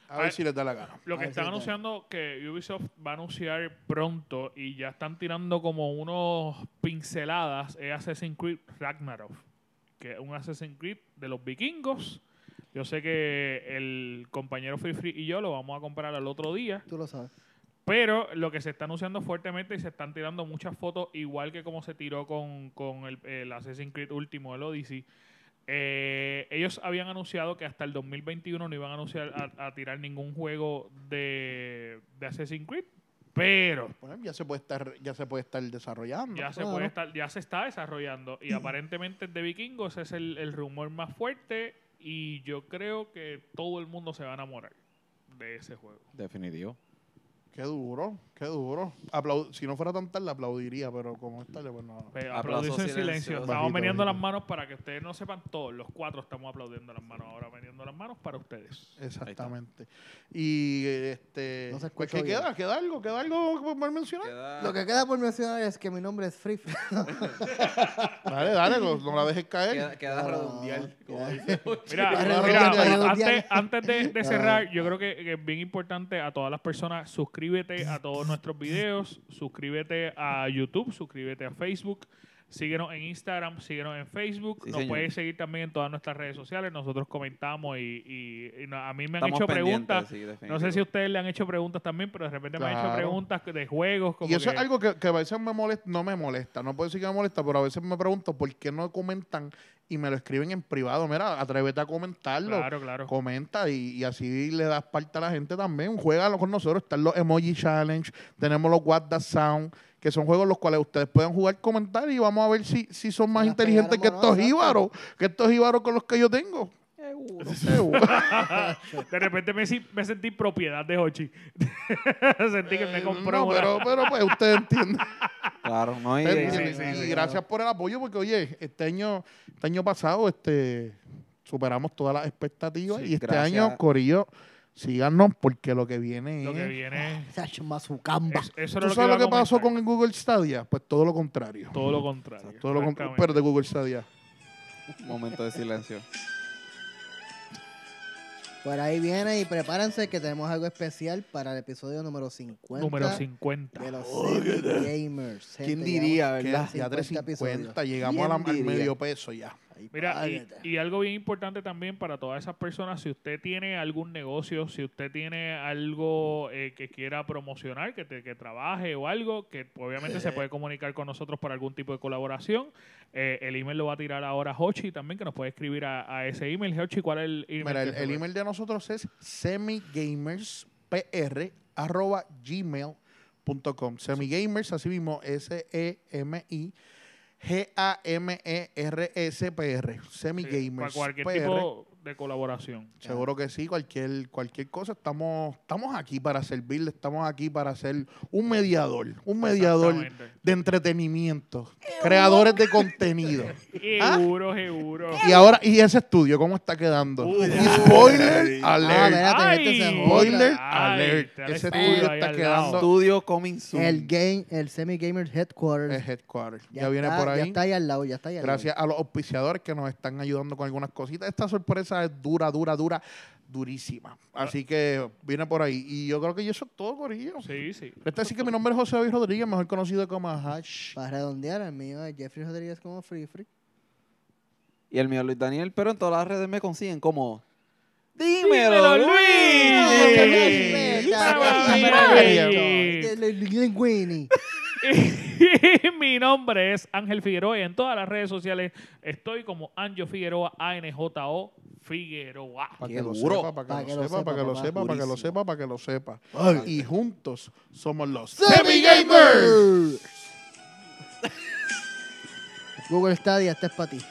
Speaker 1: A ver si les da la gana.
Speaker 4: Lo que
Speaker 3: Ahí
Speaker 4: están
Speaker 3: sí, claro.
Speaker 4: anunciando que Ubisoft va a anunciar pronto y ya están tirando como unos pinceladas es Assassin's Creed Ragnarok, que es un Assassin's Creed de los vikingos. Yo sé que el compañero Free Free y yo lo vamos a comprar al otro día,
Speaker 3: Tú lo sabes.
Speaker 4: pero lo que se está anunciando fuertemente y se están tirando muchas fotos, igual que como se tiró con, con el, el Assassin's Creed último, el Odyssey. Eh, ellos habían anunciado que hasta el 2021 no iban a anunciar a, a tirar ningún juego de, de Assassin's Creed, pero
Speaker 1: Bueno, ya se puede estar, ya se puede estar desarrollando.
Speaker 4: ya se
Speaker 3: Claro.
Speaker 4: puede estar, ya se está desarrollando. Y aparentemente el de vikingos es el, el rumor más fuerte. Y yo creo que todo el mundo se va a enamorar de ese juego.
Speaker 2: Definitivo.
Speaker 1: Qué duro, qué duro. Aplau- si no fuera tan tarde, aplaudiría, pero como es tarde, pues no.
Speaker 4: Pe-
Speaker 2: Aplausos
Speaker 4: Aplaudirse en silencio.
Speaker 2: silenciosos.
Speaker 4: Estamos
Speaker 1: Bajito,
Speaker 4: meneando
Speaker 1: bajito.
Speaker 4: las manos para que ustedes no sepan todos. Los cuatro estamos aplaudiendo las manos ahora, meneando las manos para ustedes.
Speaker 1: Exactamente. Y eh, este.
Speaker 3: No se
Speaker 1: pues,
Speaker 3: escuchó
Speaker 1: ¿Qué
Speaker 3: bien.
Speaker 1: queda? ¿Queda algo? ¿Queda algo por por mencionar?
Speaker 3: Lo que queda por mencionar es que mi nombre es Free.
Speaker 1: Dale, dale, no, no la dejes caer.
Speaker 2: Queda, queda
Speaker 3: No,
Speaker 2: redondeal.
Speaker 3: queda-
Speaker 2: como dice.
Speaker 4: Mira,
Speaker 1: Ya,
Speaker 4: mira,
Speaker 1: redondealo,
Speaker 4: pero
Speaker 3: redondealo.
Speaker 4: antes,
Speaker 1: [LAUGHS]
Speaker 4: antes de, de cerrar, yo creo que, que es bien importante a todas las personas, suscríbete a todos nuestros videos, suscríbete a YouTube, suscríbete a Facebook, Síguenos en Instagram, síguenos en Facebook.
Speaker 2: Sí,
Speaker 4: nos
Speaker 2: señor.
Speaker 4: puedes seguir también en todas nuestras redes sociales. Nosotros comentamos y, y- y no- a mí me han
Speaker 2: Estamos
Speaker 4: hecho
Speaker 2: pendientes,
Speaker 4: preguntas.
Speaker 2: sí,
Speaker 4: No
Speaker 2: definitivo.
Speaker 4: sé si ustedes le han hecho preguntas también, pero de repente me han hecho
Speaker 1: Claro.
Speaker 4: preguntas de juegos. Como
Speaker 1: Y eso
Speaker 4: que-
Speaker 1: es algo que, que a veces me molesta, no me molesta, no puedo decir que me molesta, pero a veces me pregunto por qué no comentan y me lo escriben en privado. Mira, atrévete a comentarlo.
Speaker 4: Claro, claro.
Speaker 1: Comenta y, y así le das parte a la gente también. Juégalo con nosotros. Están los Emoji Challenge, tenemos los What the Sound, que son juegos los cuales ustedes pueden jugar, comentar y vamos a ver si, si son más
Speaker 3: Las
Speaker 1: inteligentes que
Speaker 3: pegaron o
Speaker 1: estos
Speaker 3: no, exacto.
Speaker 1: íbaros, que estos íbaros con los que yo tengo. [LAUGHS]
Speaker 4: [LAUGHS]
Speaker 1: Seguro.
Speaker 4: De repente me, si- me sentí propiedad de Hochi. [LAUGHS] sentí que me compró
Speaker 1: Eh, No,
Speaker 4: una.
Speaker 1: pero, pero pues ustedes entienden.
Speaker 2: Claro, no hay...
Speaker 1: Ustedes
Speaker 4: sí,
Speaker 1: entienden.
Speaker 4: sí,
Speaker 1: y
Speaker 3: sí,
Speaker 1: gracias
Speaker 3: claro.
Speaker 1: por el apoyo, porque oye, este año, este año pasado, este superamos todas las expectativas.
Speaker 2: Sí,
Speaker 1: y este
Speaker 2: gracias.
Speaker 1: año, Corillo, síganos porque lo que viene
Speaker 4: Lo que
Speaker 1: es-
Speaker 4: viene.
Speaker 3: [LAUGHS] Sacho Mazucamba.
Speaker 4: es- eso era
Speaker 1: pues, eh. ¿Tú
Speaker 4: lo
Speaker 1: sabes
Speaker 4: iba
Speaker 1: lo que
Speaker 4: a
Speaker 1: pasó
Speaker 4: comentar.
Speaker 1: con el Google Stadia? Pues todo lo contrario.
Speaker 4: Todo lo contrario.
Speaker 1: Todo lo contrario.
Speaker 4: exactamente.
Speaker 1: Pero de Google Stadia.
Speaker 2: Momento de silencio.
Speaker 3: Por ahí viene y prepárense que tenemos algo especial para el episodio número 50.
Speaker 4: Número 50.
Speaker 3: De los
Speaker 1: Oh,
Speaker 3: Sexy gamers.
Speaker 5: ¿Quién
Speaker 3: Gente,
Speaker 5: diría,
Speaker 1: Que
Speaker 5: verdad?
Speaker 1: ya
Speaker 3: 50
Speaker 1: 350,
Speaker 3: episodios.
Speaker 1: llegamos
Speaker 5: ¿Quién
Speaker 1: a la- al
Speaker 5: diría?
Speaker 1: medio peso ya.
Speaker 3: Ahí,
Speaker 4: Mira, y,
Speaker 3: págate.
Speaker 4: y algo bien importante también para todas esas personas, si usted tiene algún negocio, si usted tiene algo eh, que quiera promocionar, que, te- que trabaje o algo, que obviamente se puede comunicar con nosotros para algún tipo de colaboración. Eh, el email lo va a tirar ahora Hochi también, que nos puede escribir a, a ese email. Hochi, ¿cuál es el email?
Speaker 1: Mira,
Speaker 4: que
Speaker 1: el,
Speaker 4: se
Speaker 1: el
Speaker 4: puede-
Speaker 1: email de nosotros es semigamerspr.gmail.com. Semigamers, así mismo, E S-E-M-I. E G-A-M-E-R-S-P-R.
Speaker 4: Sí, para
Speaker 1: Semigamers.
Speaker 4: cualquier
Speaker 1: PR.
Speaker 4: tipo de colaboración.
Speaker 1: Seguro que sí, cualquier, cualquier cosa. Estamos, estamos aquí para servirle, estamos aquí para ser un mediador, un mediador
Speaker 4: Exactamente.
Speaker 1: de entretenimiento, creadores de
Speaker 3: [LAUGHS]
Speaker 1: contenido. ¿Ah?
Speaker 4: Seguro, seguro.
Speaker 1: Y ahora, y ese estudio, ¿cómo está quedando?
Speaker 4: Uy,
Speaker 1: Y spoiler
Speaker 3: Ah,
Speaker 1: alert.
Speaker 3: espérate, este se
Speaker 4: Ay,
Speaker 1: Spoiler
Speaker 4: Ay,
Speaker 1: alert.
Speaker 4: está el
Speaker 1: Ese
Speaker 4: estudio
Speaker 1: estudio
Speaker 4: ahí
Speaker 1: está
Speaker 4: al
Speaker 1: [LAUGHS]
Speaker 4: lado.
Speaker 1: quedando
Speaker 2: Estudio coming soon.
Speaker 3: El, game, el Semi Gamers Headquarters.
Speaker 1: en headquarters. Ya, viene
Speaker 3: está-
Speaker 1: por
Speaker 3: Ya
Speaker 1: ahí.
Speaker 3: está ahí al lado, ya está ahí al
Speaker 1: Gracias a los auspiciadores que nos están ayudando con algunas cositas. Esta sorpresa es dura, dura, dura, durísima. Así que viene por ahí. Y yo creo que eso es todo, Corillo.
Speaker 4: Sí, sí.
Speaker 1: Resta decir que mi nombre es José David Rodríguez, mejor conocido como Hash.
Speaker 3: lado. Para redondear, el mío es Jeffrey Rodríguez como Free Free.
Speaker 2: Y el mío Luis Daniel, pero en todas las redes me consiguen como...
Speaker 4: ¡Dímelo,
Speaker 3: Luis!
Speaker 4: Luis! ¡Vamos,
Speaker 3: Linguini.
Speaker 4: Luis! [LAUGHS] Mi nombre es Ángel Figueroa y en todas las redes sociales estoy como Anjo Figueroa, A-N-J-O Figueroa.
Speaker 1: Para
Speaker 2: Qué
Speaker 1: que, lo
Speaker 2: duro.
Speaker 1: sepa, para que lo sepa, para que lo
Speaker 3: papá.
Speaker 1: sepa, para que lo
Speaker 2: Durísimo.
Speaker 1: sepa, para que lo sepa. Y juntos somos los
Speaker 3: Semi
Speaker 1: Semi Gamers.
Speaker 3: Google Stadia, este es para ti.